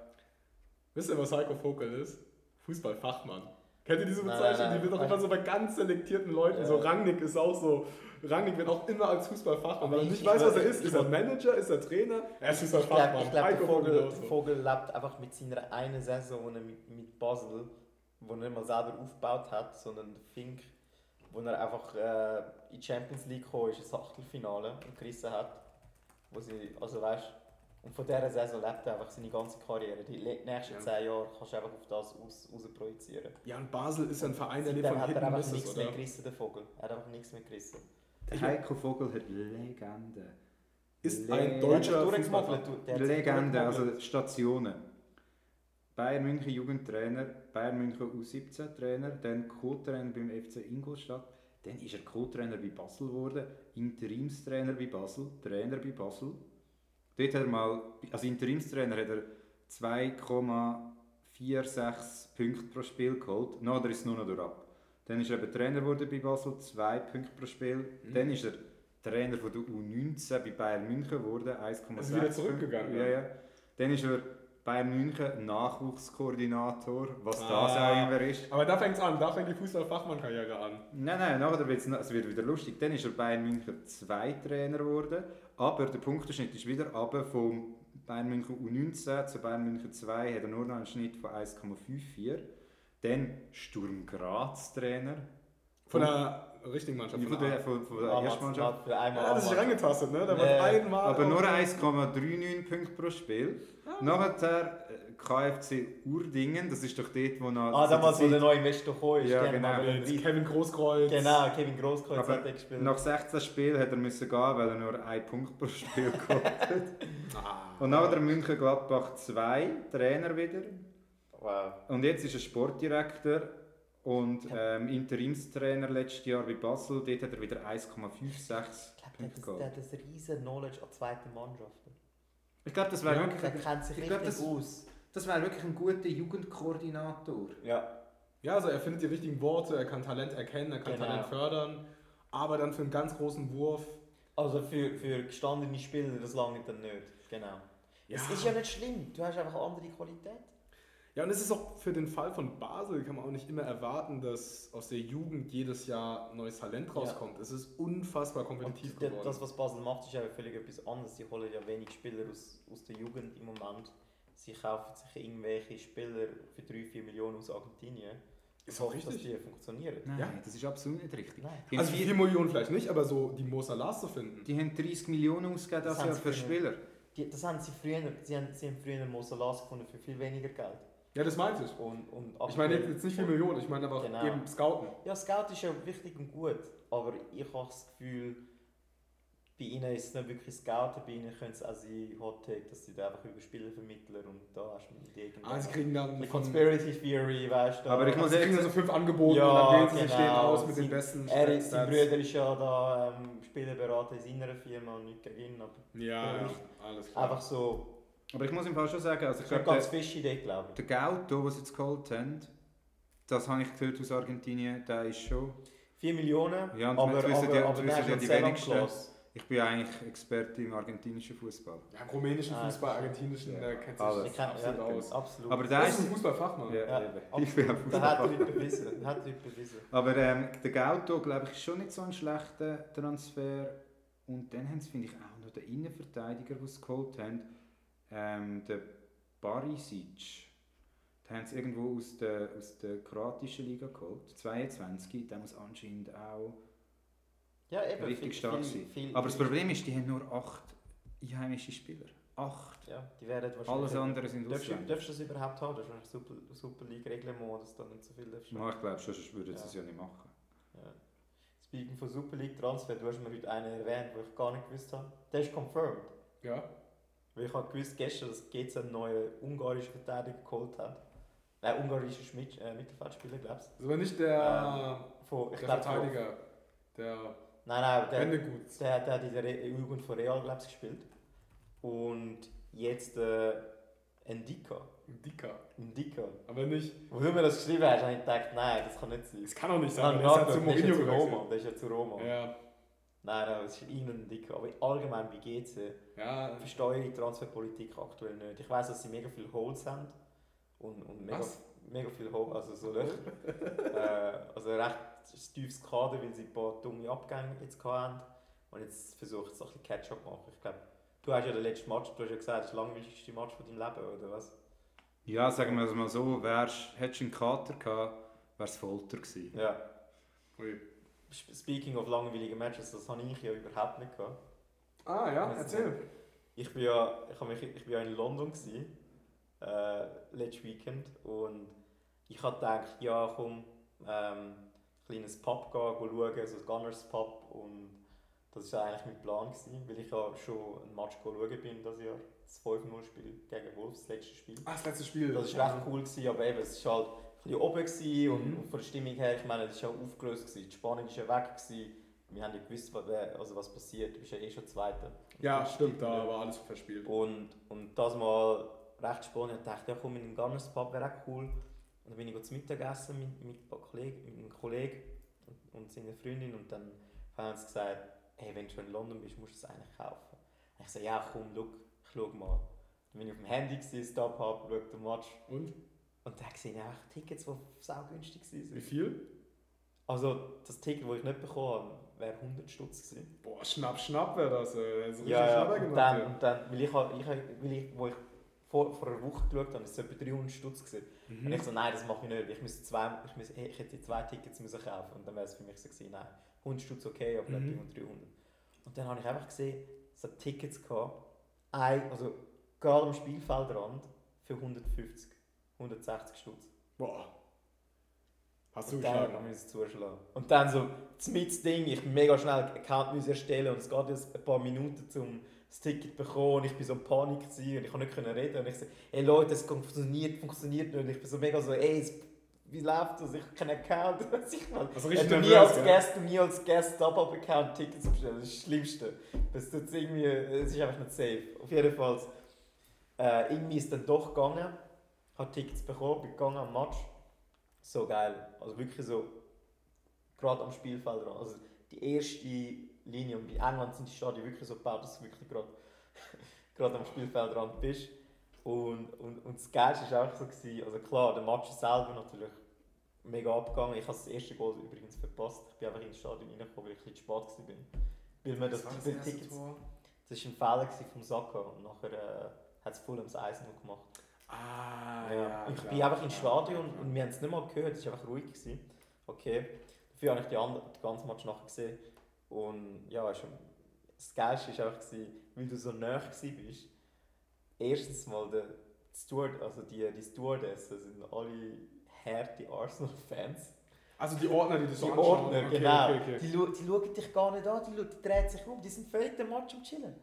A: Wisst ihr, was Heiko Vogel ist? Fußballfachmann. Kennt ihr diese
B: Nein,
A: Bezeichnung?
B: nein,
A: die wird auch
B: nein.
A: immer so bei ganz selektierten Leuten. So Rangnick ist auch so. Rangnick wird auch immer als Fußballfachmann, weil er
B: Ich-
A: nicht
B: ich
A: weiß, was er
B: wollte-
A: ist.
B: ich
A: Ist er
B: wollte-
A: Manager? Ist er Trainer? Er ist
B: Ich glaube,
A: Fußballfachmann.
B: ich glaub, der, Vogel,
A: auch so.
B: der Vogel lebt einfach mit seiner einen Saison, die er mit, mit Basel, wo er nicht mal selber aufgebaut hat, sondern der Fink, wo er einfach äh, in die Champions League gekommen ist, ein Achtelfinale und gerissen hat. Wo sie, also weißt, und von dieser Saison lebt er einfach seine ganze Karriere. Die le- nächsten
A: Ja.
B: zehn Jahre kannst du einfach auf das aus, raus projizieren.
A: Ja, und Basel ist ein Verein, der lebt
B: Seitdem
A: von
B: hat er
A: Hidden
B: einfach
A: Misses,
B: halt nichts
A: oder?
B: mehr gerissen, der Vogel. Er hat einfach nichts mehr gerissen.
C: Der Heiko Vogel hat Legende.
A: Ist
C: Legende.
A: ein
B: Der hat sich
A: deutscher
B: durchgemogelt,
A: Fußballfachmann.
B: du- der hat sich
C: Legende,
B: durchgemogelt.
C: also Stationen. Bayern München Jugendtrainer, Bayern München U17 Trainer, dann Co-Trainer beim FC Ingolstadt, dann ist er Co-Trainer bei Basel geworden, Interimstrainer bei Basel, Trainer bei Basel. Dort hat er mal, als Interimstrainer hat er 2,46 Punkte pro Spiel geholt. Nachher ist es nur noch durch ab. Dann ist er eben Trainer geworden bei Basel, 2 Punkte pro Spiel.
A: Mhm.
C: Dann ist er Trainer von der U19 bei Bayern München geworden, 1,6
A: Also wieder
C: Punkte.
A: zurückgegangen,
C: Ja,
A: ja.
C: ja. Dann ist er Bayern München Nachwuchskoordinator, was das
A: Ah.
C: auch immer ist.
A: Aber da fängt's an, da fängt die Fußballfachmann-Karriere an.
C: Nein, nein, nachher wird's, noch- es wird wieder lustig. Dann ist er Bayern München 2 Trainer geworden, aber der Punkteschnitt ist wieder runter vom Bayern München U19 zu Bayern München 2 hat er nur noch einen Schnitt von 1,54. Dann Sturm Graz Trainer.
A: Von der richtigen Mannschaft.
C: von
A: Von
C: Hm. der,
A: der
C: von, von der
B: Einmal-
C: Erstmannschaft.
B: für einmal
A: ja, das ist
B: anmachen.
A: reingetastet, ne? Da
B: Nee.
A: wird einmal.
C: Aber nur
A: auf-
C: 1,39 Punkte pro Spiel. Nachher äh, KFC Urdingen, das ist doch dort, wo noch...
B: Ah, damals, wo
C: zur
B: der
C: Zeit-
B: neue Investor gekommen ist.
C: Ja,
B: die haben
C: genau.
B: mal wollen
A: Jetzt
B: rein.
A: Kevin Großkreuz.
B: Genau, Kevin Grosskreuz
C: Aber
B: hat er gespielt.
C: nach 16 Spielen hat er müssen gehen, weil er nur einen Punkt pro Spiel geholt hat.
B: Ah.
C: Und nachher der München Gladbach 2, Trainer wieder.
B: Wow.
C: Und jetzt ist er Sportdirektor und ähm, Interimstrainer letztes Jahr bei Basel. Dort hat er wieder 1,56
B: Ich glaube, der,
C: Punkte
B: hat das-
C: geholt.
B: der hat ein riesen Knowledge an zweiten Mannschaften.
C: Ich glaube, das wäre
B: Der
C: wirklich,
B: kennt sich
C: ich glaub,
B: richtig
C: das-
B: aus.
C: das wäre wirklich ein guter Jugendkoordinator.
B: Ja.
A: Ja, also er findet die richtigen Worte, er kann Talent erkennen, er kann
B: Genau.
A: Talent fördern, aber dann für einen ganz großen Wurf.
B: Also für, für gestandene Spieler, das lange dann nicht. Genau.
A: Ja.
B: Es ist ja nicht schlimm, du hast einfach eine andere Qualität.
A: Ja, und es ist auch für den Fall von Basel, kann man auch nicht immer erwarten, dass aus der Jugend jedes Jahr neues Talent rauskommt. Es ist unfassbar kompetitiv
B: Und der-
A: geworden.
B: das, was Basel macht, ist ja völlig etwas anderes. Sie holen ja wenig Spieler aus, aus der Jugend im Moment. Sie kaufen sich irgendwelche Spieler für 3-4 Millionen aus Argentinien.
A: Ist auch
B: Ich hoffe, dass
A: richtig.
B: die funktionieren.
C: Nein,
A: Ja.
C: das ist absolut nicht richtig.
B: Nein.
C: Die haben,
A: also
C: vier-
A: 4 Millionen vielleicht nicht, aber so die Mo Salas zu finden.
C: die haben 30 Millionen ausgegeben
B: Das
C: das
B: haben
C: Jahr
B: sie
C: für
B: für-
C: Spieler.
B: Die, das haben sie früher, sie haben, sie haben früher Mo Salas gefunden für viel weniger Geld.
A: Ja, das meinte ich.
B: Und, und
A: Ich meine jetzt nicht 4 Millionen, ich meine aber
B: Genau.
A: eben Scouten.
B: Ja, Scout ist ja wichtig und gut, aber ich habe das Gefühl, bei ihnen ist es nicht wirklich Scouten, bei ihnen können es auch sein Hot Take, dass sie da einfach über Spieler vermitteln und da hast du mit irgendeinem...
A: Ah, sie kriegen dann
B: eine
A: von-
B: Conspiracy Theory, weißt du.
C: Aber ich muss
A: Sie kriegen
C: ehrlich
A: dann so fünf Angebote
B: Ja,
A: und dann wählen sie sich
B: genau.
A: den aus mit
B: Sie-
A: den besten
B: er ist, sein
A: Stats.
B: Bruder ist ja da ähm, Spielerberater in seiner Firma und nicht gegen ihn, aber
A: Ja, ja, alles klar.
B: einfach so,
C: Aber ich muss im Fall schon sagen, also ich
B: Das ist eine
C: glaube,
B: ganz
C: der,
B: fische Idee, glaube ich.
C: der Gauto, den sie jetzt geholt haben, das habe ich gehört aus Argentinien, der ist schon...
B: 4 Millionen,
C: Ja, und
B: aber,
C: jetzt
B: aber,
C: wissen die-
B: aber,
C: jetzt wissen
B: der ist
C: ja
B: noch
C: die
B: sehr lang
C: wenigsten.
B: gelassen.
C: Ich bin eigentlich Experte im argentinischen Fußball.
A: Ja, im rumänischen
B: Ah,
A: Fußball,
B: okay.
A: argentinischen,
C: Ja.
A: da kennt
C: Alles.
A: sich
B: Ich kann-
A: absolut
B: Ah, ja,
A: aus.
B: Absolut.
C: Aber der
A: Das
C: ist...
A: ist ein Fußballfachmann.
C: Ja,
B: Ja,
C: eben. ich bin ein
B: absolut. Da hat er
C: Fußballfan.
B: nicht bewiesen. Da hat er nicht bewiesen.
C: Aber ähm, der Gauto, glaube ich, ist schon nicht so ein schlechter Transfer. Und dann haben sie, finde ich, auch noch den Innenverteidiger, den sie geholt haben, ähm, den Barisic. Den haben sie irgendwo aus der, aus der kroatischen Liga geholt, 22, der muss anscheinend auch...
B: Ja, eben.
C: Richtig
B: viel-
C: stark
B: viel-
C: sein.
B: viel-
C: Aber das Problem ist, die haben nur 8 einheimische Spieler. 8.
B: Ja, die werden wahrscheinlich...
C: Alles andere sind
B: Darfst du,
C: Ausländer.
B: darfst du das überhaupt haben? Das ist eine super, super League-Regeln, wo das dann nicht so viel darfst.
C: Ja, ich glaube, sonst würden sie
B: Ja.
C: es ja nicht machen.
B: Ja. Speaking von Super League Transfer, du hast mir heute einen erwähnt, den ich gar nicht gewusst habe. Der ist confirmed.
A: Ja.
B: Weil ich habe gewusst gestern, dass GC einen neuen ungarischen Verteidiger geholt hat. Nein, ungarischer Schmidt, äh, Mittelfeldspieler, glaubst
A: Das ist aber nicht der,
B: du? Von,
A: der
B: ich glaub,
A: Verteidiger. Der
B: Von, nein, nein, aber der,
A: Wendegut.
B: der, hat- der hat in der Re- Jugend von Real, glaubst du, gespielt. Und jetzt äh, Ndika.
A: Dicker.
B: Ndika.
A: Aber nicht.
B: Wo du mir das geschrieben hast, habe ich gedacht, nein, das kann nicht sein.
A: Das kann doch nicht
B: Das
A: sein.
B: habe ich
A: Der ist ja zu
B: nachgeschaut, der ist ja
A: Mourinho gewechselt.
B: zu Roma. Der ist ja zu Roma.
A: Ja.
B: Nein, nein, es ist ihnen dick. Aber allgemein äh, bei GC
A: Ja.
B: verstehe ich die Transferpolitik aktuell nicht. Ich weiß, dass sie mega viele Holds haben. Und, und mega,
A: Was?
B: mega viele Holds, also so Löcher. äh, also ein recht tiefes Kader, weil sie ein paar dumme Abgänge jetzt hatten. Und jetzt versucht es ein bisschen Catch-up zu machen. Ich glaube, du hast ja den letzten Match, du hast ja gesagt, das ist der langweiligste Match von deinem Leben, oder was?
C: Ja, sagen wir es mal so, wärst, hättest du einen Kater gehabt, wäre es Folter gewesen.
B: Ja.
A: Ui.
B: Sp- Speaking of langweilige Matches, das habe ich ja überhaupt nicht gehabt.
A: Ah ja,
B: Weiss
A: erzähl.
B: Ich bin ja, ich hab mich, ich bin ja in London gsi, äh, letztes Weekend und ich hab gedacht, ja komm, ähm, kleines Pub gehen, go schauen, so Gunners Pub und das ist eigentlich mein Plan gewesen, weil ich ja schon ein Match go schauen bin das Jahr, das 5-0 Spiel gegen Wolves, das letzte Spiel.
A: Ah, das letzte Spiel.
B: Das war recht cool, gewesen, aber eben, es war halt ein bisschen oben gewesen
A: Mhm.
B: und, und von der Stimmung her, ich meine, es war ja aufgelöst, gewesen, die Spannung war ja weg, gewesen. wir haben nicht gewusst, was, also was passiert, du bist ja eh schon Zweiter.
A: Ja, stimmt, da war alles verspielt.
B: Und, und das mal recht spannend. Ich dachte, ja, komm in den Gunners Pub, wäre auch cool. Und dann bin ich zu Mittag gegessen mit, mit, ein paar Kollegen, mit einem Kollegen und, und seiner Freundin. Und dann haben sie gesagt, hey, wenn du schon in London bist, musst du es eigentlich kaufen. Und ich sage, ja, komm, schau, ich schau mal. Dann bin ich auf dem Handy, gewesen, Stop hab, schau den Match.
A: Und?
B: Und dann sehe ich einfach Tickets, die saugünstig
A: Wie
B: waren.
A: viel?
B: Also, das Ticket, das ich nicht bekommen habe, wäre 100 Stutz gewesen.
A: Boah, schnapp, schnapp wäre das. Ey. Das ist richtig
B: Ja, ja,
A: Schnapper
B: und
A: gemacht.
B: dann,
A: hier.
B: und dann weil ich, hab- ich, hab- weil ich, wo ich vor, vor einer Woche geschaut habe, ist es etwa 300 Stutz gewesen.
A: Hm?
B: Und ich so, nein, das mache ich nicht, ich, müsste zwei, ich, müsste, ich hätte zwei Tickets müssen kaufen und dann wäre es für mich so gewesen, nein, 100 Stutz okay, aber
A: Mhm.
B: nicht 300, 300. Und dann habe ich einfach gesehen, es hat Tickets gehabt, ein, also gerade am Spielfeldrand für 150, 160 Stutz.
A: Boah. Hast du
B: Und dann
A: geschlagen?
B: haben wir uns zuschlagen. Und dann so, das Ding, ich mega schnell einen Account müssen erstellen und es geht jetzt ein paar Minuten zum das Ticket zu bekommen und ich bin so in Panik gewesen und ich konnte nicht können reden und ich so, ey Leute, es funktioniert, funktioniert nicht und ich bin so mega so, ey, es, wie läuft das, ich habe keinen Account, weiß ich mal.
A: Also
B: Wenn
A: richtig
B: du nie
A: nervös,
B: als
A: gell?
B: Gast, du nie als Gast Top-Up-Account Tickets bestellst, das ist das Schlimmste. Das tut's irgendwie, es ist einfach nicht safe. Auf jeden Fall, äh, irgendwie ist dann doch gegangen, hat Tickets bekommen, bin gegangen am Match. So geil, also wirklich so, gerade am Spielfeld dran. Also die erste Linie, und in England sind die Stadien wirklich so gebaut, dass du wirklich gerade, gerade am Spielfeldrand bist. Und, und, und das Geilste war auch so, gewesen, also klar, der Match selber natürlich mega abgegangen. Ich habe das erste Goal übrigens verpasst. Ich bin einfach ins Stadion reingekommen, weil ich ein bisschen zu spät gewesen bin. Weil mir das,
A: war
B: das,
A: das erste
B: Tickets,
A: Tor.
B: das war ein Fehler gewesen vom Saka und nachher äh, hat es Fulhams 1 noch gemacht.
A: Ah,
B: Ja.
A: ja.
B: ich
A: klar.
B: bin einfach ins
A: Ja,
B: Stadion
A: ja,
B: und wir haben es nicht mal gehört, es war einfach ruhig. Gewesen. Okay, dafür habe ich die, andere, die ganze Match nachher gesehen. Und ja, ist, das Geilste war einfach, gewesen, weil du so nah warst. Erstens mal, der Steward, also die, die Stewardessen sind alle harte Arsenal-Fans.
A: Also die Ordner, die das so
B: Die
A: anschauen.
B: Ordner,
A: Okay,
B: genau.
A: okay, okay.
B: Die, schau- die schauen dich gar nicht an, die, schau- die drehen sich um, die sind völlig den Match am Chillen.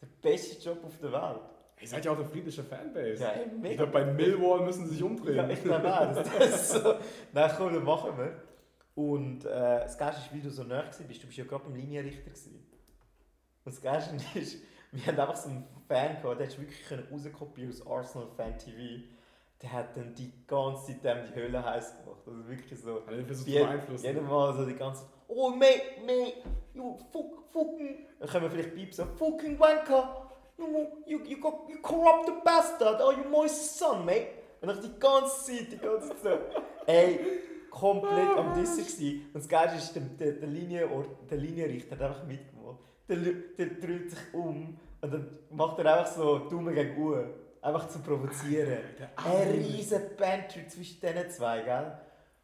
B: Der beste Job auf der Welt.
A: Ihr seid ja auch eine friedliche Fanbase.
B: Ja, ey,
A: ich
B: mega.
A: glaube, bei Millwall müssen sie sich
B: Ja,
A: umdrehen.
B: ich glaube auch. Das ist so. Nein, komm, dann machen wir. Und äh, das Geilste ist, weil du so nah gewesen bist, du bist ja gerade beim Linienrichter. Gewesen. Und das Geilste ist, Wir haben einfach so einen Fan gehabt, der hat wirklich können rauskopieren aus Arsenal Fan TV. Der hat dann die ganze Zeit dem die Höhle heiß gemacht. Also wirklich so.
A: Hat er versucht zu
B: Jed-
A: beeinflussen.
B: Jedes Mal so die ganze Oh, mate, mate, you fuck, fucking. Dann können wir vielleicht piepsen. Fucking wanker. You, you, you, got, you corrupt bastard. Oh, you Moises son, mate. Und dann die ganze Zeit, die ganze Zeit so. Ey, komplett am Dissen gsi. Und das Geilste ist, der, der, der, Linienort, der Linienrichter hat einfach mitgemacht. Der, Lü- der dreht sich um und dann macht er einfach so Daumen gegen Uhr. Einfach zu provozieren. Ein riesen Pantry zwischen diesen zwei, gell?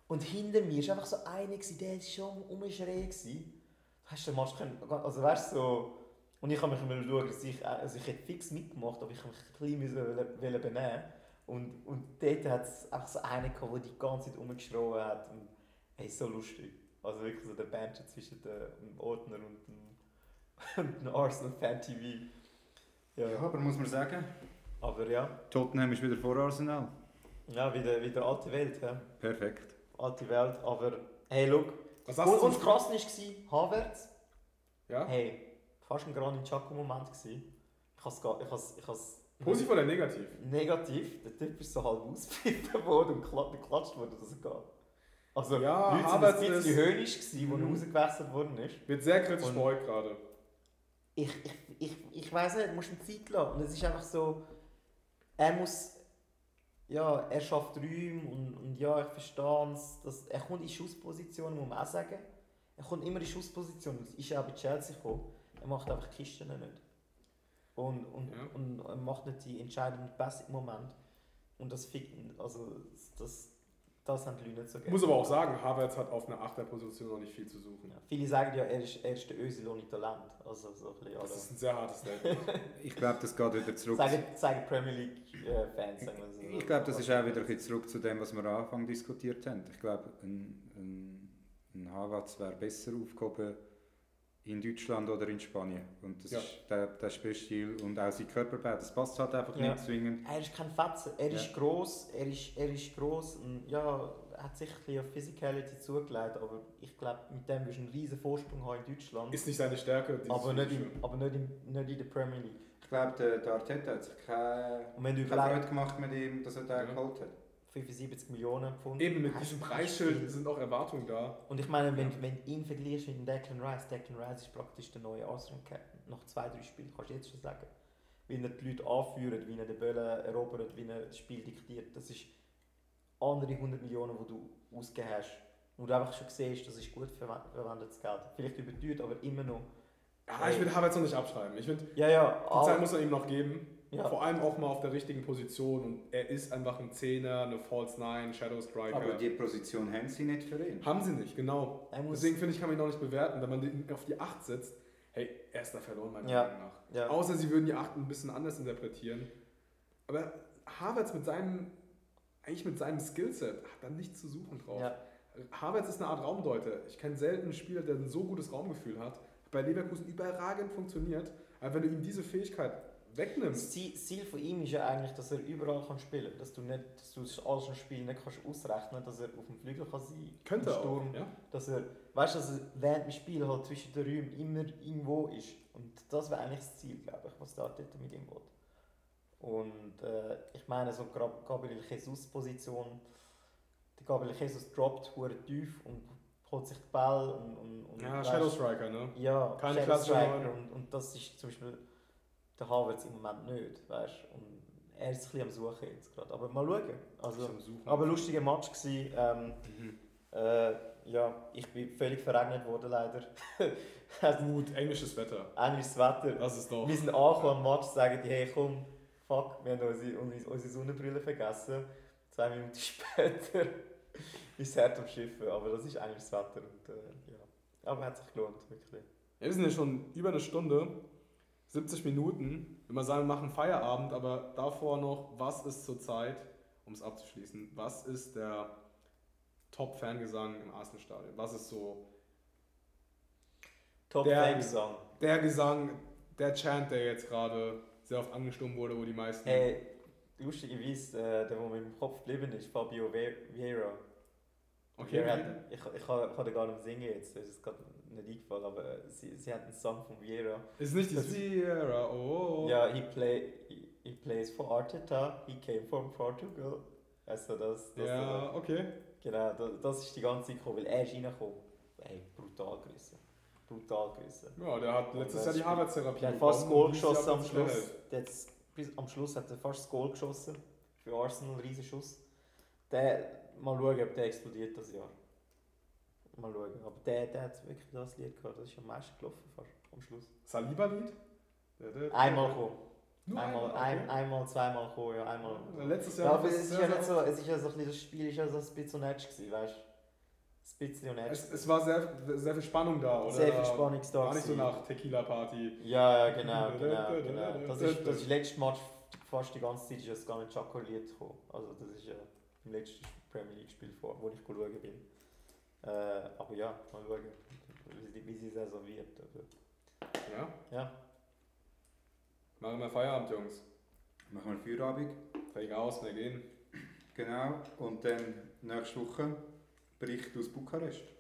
B: Und hinter mir war einfach so einer, gewesen, der war schon umschreien. Hast du den Masch können, also weißt du, so, und ich habe mich immer schauen, dass ich, also ich hätte fix mitgemacht, aber ich habe mich ein bisschen müssen wollen benehmen. Und, und dort hat es einfach so einen gehabt, der die ganze Zeit rumgeschrien hat. Und, ey, so lustig. Also wirklich so der Banter zwischen dem Ordner und dem, und dem Arsenal-Fan-TV. Ja.
C: Ja, aber muss man sagen,
B: Aber ja,
C: Tottenham ist wieder vor Arsenal.
B: ja wie der, wie der alte Welt. Ja.
C: Perfekt.
B: Alte Welt, aber hey, schau.
A: Was
B: Und,
A: sagst
B: und
A: du?
B: das Krasse war, Havertz,
A: Ja?
B: hey, fast ein Gran in Chaco-Moment. gewesen. Ich has ga- ich has- ich has
A: Positiv oder negativ?
B: negativ, der Typ ist so halb ausgepfiffen worden und kla- geklatscht worden, dass er geht. Also,
A: Ja,
B: Leute waren
A: Havertz
B: ein bisschen
A: ist-
B: höhnisch, gewesen, als er
A: Mhm.
B: rausgewechselt worden ist.
A: Wird sehr kritisch
B: Und-
A: beäugt gerade.
B: ich, ich, ich, ich weiß nicht, du musst ihm Zeit lassen. Und es ist einfach so, er muss, ja, er schafft Räume und, und ja, ich verstehe es. dass- Er kommt in Schusspositionen, muss man auch sagen. Er kommt immer in Schusspositionen. Das ist ja auch bei Chelsea gekommen. Er macht einfach die Kisten nicht. Und, und,
A: Ja.
B: und er macht nicht die entscheidenden Pässe im Moment. Und das fickt ihn. Also, das, das haben die Leute nicht so
A: Ich
B: gerne.
A: muss aber auch sagen, Havertz hat auf einer Achterposition noch nicht viel zu suchen.
B: Ja, viele sagen ja, er ist, er ist der Özil ohne Talent. Also, so ein bisschen,
A: Das
B: oder?
A: ist ein sehr hartes Statement.
C: Ich glaube, das geht wieder zurück.
B: Sagen, sagen Premier League-Fans, sagen wir so.
C: Ich glaube, das ist auch wieder ein bisschen zurück zu dem, was wir am Anfang diskutiert haben. Ich glaube, ein, ein, ein Havertz wäre besser aufgehoben in Deutschland oder in Spanien. Und das
A: Ja.
C: ist der, der Spielstil und auch sein Körperbau. Das passt halt einfach
B: Ja.
C: nicht zwingend.
B: Er ist kein Fetzen, er ist
C: Ja.
B: gross, er ist, er ist gross und ja, er hat sich ein bisschen auf Physicality zugelegt, aber ich glaube, mit dem wirst du einen riesen Vorsprung haben in Deutschland,
A: Ist nicht seine Stärke. dieses
B: aber, nicht
A: Physische.
B: in, aber nicht, in, nicht in der Premier League.
C: Ich glaube, der, der Arteta hat sich keine,
B: Und wenn du
C: keine Freude
B: überlegst,
C: gemacht mit ihm, dass er den
A: Ja.
C: geholt hat.
B: 75 Millionen Pfund...
A: Eben mit
B: hast-
A: diesem
B: hast
A: Preisschild
B: viel.
A: sind auch Erwartungen da.
B: Und ich meine, wenn, wenn du ihn verlierst mit dem Declan Rice, Declan Rice ist praktisch der neue Arsenal-Captain. Nach zwei, drei Spielen kannst du jetzt schon sagen. Wie er die Leute anführt, wie er den Böllen erobert, wie er das Spiel diktiert. Das ist andere 100 Millionen, die du ausgegeben hast. Wo du einfach schon siehst, das ist gut verwe- verwendetes Geld. Vielleicht überteuert, aber immer noch.
A: Ja, ich will Havertz noch nicht abschreiben. Ich finde, die
B: Ja, ja,
A: Zeit
B: aber,
A: muss er ihm noch geben.
B: ja.
A: Vor allem auch mal auf der richtigen Position. Und er ist einfach ein Zehner, eine False Nine, Shadow Striker.
C: Aber die Position haben sie nicht für ihn.
A: Haben sie nicht, genau.
B: Er muss,
A: Deswegen finde ich, kann man ihn auch nicht bewerten. Wenn man den auf die 8 setzt, hey, er ist da verloren, meiner
B: Ja.
A: Meinung nach.
B: ja.
A: Außer sie würden die 8 ein bisschen anders interpretieren. Aber Havertz mit seinem, eigentlich mit seinem Skillset, hat da nichts zu suchen drauf.
B: Ja.
A: Havertz ist eine Art Raumdeuter. Ich kenne selten einen Spieler, der ein so gutes Raumgefühl hat. Hat Bei Leverkusen überragend funktioniert. Aber wenn du ihm diese Fähigkeit wegnimmst,
B: Das Ziel, das Ziel von ihm ist ja eigentlich, dass er überall kann spielen kann. Dass du nicht, dass du das Arsenal-Spiel nicht kannst ausrechnen kannst, dass er auf dem Flügel kann sein kann.
A: könnte er auch.
B: Sturm.
A: Ja?
B: Dass er, weißt du, dass er während dem Spiel halt zwischen den Räumen immer irgendwo ist. Und das wäre eigentlich das Ziel, glaube ich, was der Arteta mit ihm will. Und äh, ich meine, so Gra- Gabriel Jesus-Position, der Gabriel Jesus droppt hure tief und holt sich den Ball und, und, und
A: ja,
B: weißt-
A: Shadow Striker, ne?
B: ja,
A: Keine
B: Shadow
A: klassische
B: Striker
A: Neun.
B: und, und das ist zum Beispiel der Havertz im Moment nicht, weißt Und er ist ein bisschen am Suchen jetzt gerade. Aber mal schauen. Also, aber lustiger Match gsi. Ähm, äh, ja, ich bin völlig verregnet worden leider. also,
A: Gut, englisches Wetter.
B: englisches Wetter.
A: Das ist doch.
B: Wir sind angekommen am Match, sagen die, hey komm, fuck, wir haben unsere, unsere, unsere Sonnenbrille vergessen. Zwei Minuten später ist es hart am Schiffen, aber das ist englisches Wetter. Und, äh, ja. Aber hat sich gelohnt, wirklich.
A: Ja, wir sind ja schon über eine Stunde, 70 Minuten. Wenn man sagen, wir machen Feierabend, aber davor noch, was ist zurzeit, um es abzuschließen, was ist der Top-Fangesang im Arsenal-Stadion? Was ist so
B: Top
A: Der-
B: Fame Song.
A: der Gesang, der Chant, der jetzt gerade sehr oft angestimmt wurde, wo die meisten.
B: Hey, lustigerweise, äh, der, der mir im Kopf geblieben ist, Fabio Ve- Vieira.
A: Okay,
B: Wir
A: Viera.
B: hatten- ich, ich, kann, ich kann den gar nicht singen jetzt, das ist gerade nicht eingefallen, aber äh, sie, sie hat einen Song von Viera.
A: Ist nicht die
B: Das-
A: Sierra, oh.
B: Ja, he, play, he, he plays for Arteta, he came from Portugal. Also das, das
A: Ja, okay.
B: genau, das, das ist die ganze Zeit gekommen, weil er ist reingekommen. Ey, brutal gerissen. Brutal gerissen.
A: Ja, der hat letztes Jahr die Haarwärtstherapie
B: Der hat fast das Goal
A: bekommen. Dieses Jahr
B: geschossen am
A: plötzlich eine
B: Schluss.
A: Elf.
B: Der hat's- bis am Schluss hat er fast das Goal geschossen. Für Arsenal, riesen Schuss. Der, mal schauen, ob der explodiert das Jahr. Mal schauen. Aber der, der hat wirklich das Lied gehört. Das ist am meisten gelaufen fast am Schluss.
A: Saliba-Lied? Der- der-
B: Einmal kommen.
A: Nur
B: Einmal, ein, einmal, zweimal kommen, ja, einmal.
A: okay. Letztes
B: Ja,
A: Jahr
B: aber
A: war
B: es ist ja nicht so, es ist ja so ein bisschen, das Spiel ist ja so ein bisschen Edge gewesen, weißt du? Ein bisschen Edge.
A: es, es war sehr, sehr viel Spannung da, oder?
B: Sehr viel Spannung da
A: War nicht so
B: gewesen.
A: nach Tequila-Party.
B: Ja, ja, genau, genau, genau. Das ist das letzte Match fast die ganze Zeit ist das gar nicht Chaco-Lied gekommen. Also das ist ja im letzten Premier League-Spiel, vor- wo ich schauen bin. Äh, aber ja, mal schauen, wie sie- wie sie Saison wird. Also,
A: Ja,
B: ja,
A: machen wir Feierabend, Jungs.
C: Machen wir Feierabend.
A: Fähig aus, wir gehen.
C: Genau. Und dann nächste Woche Bericht aus Bukarest.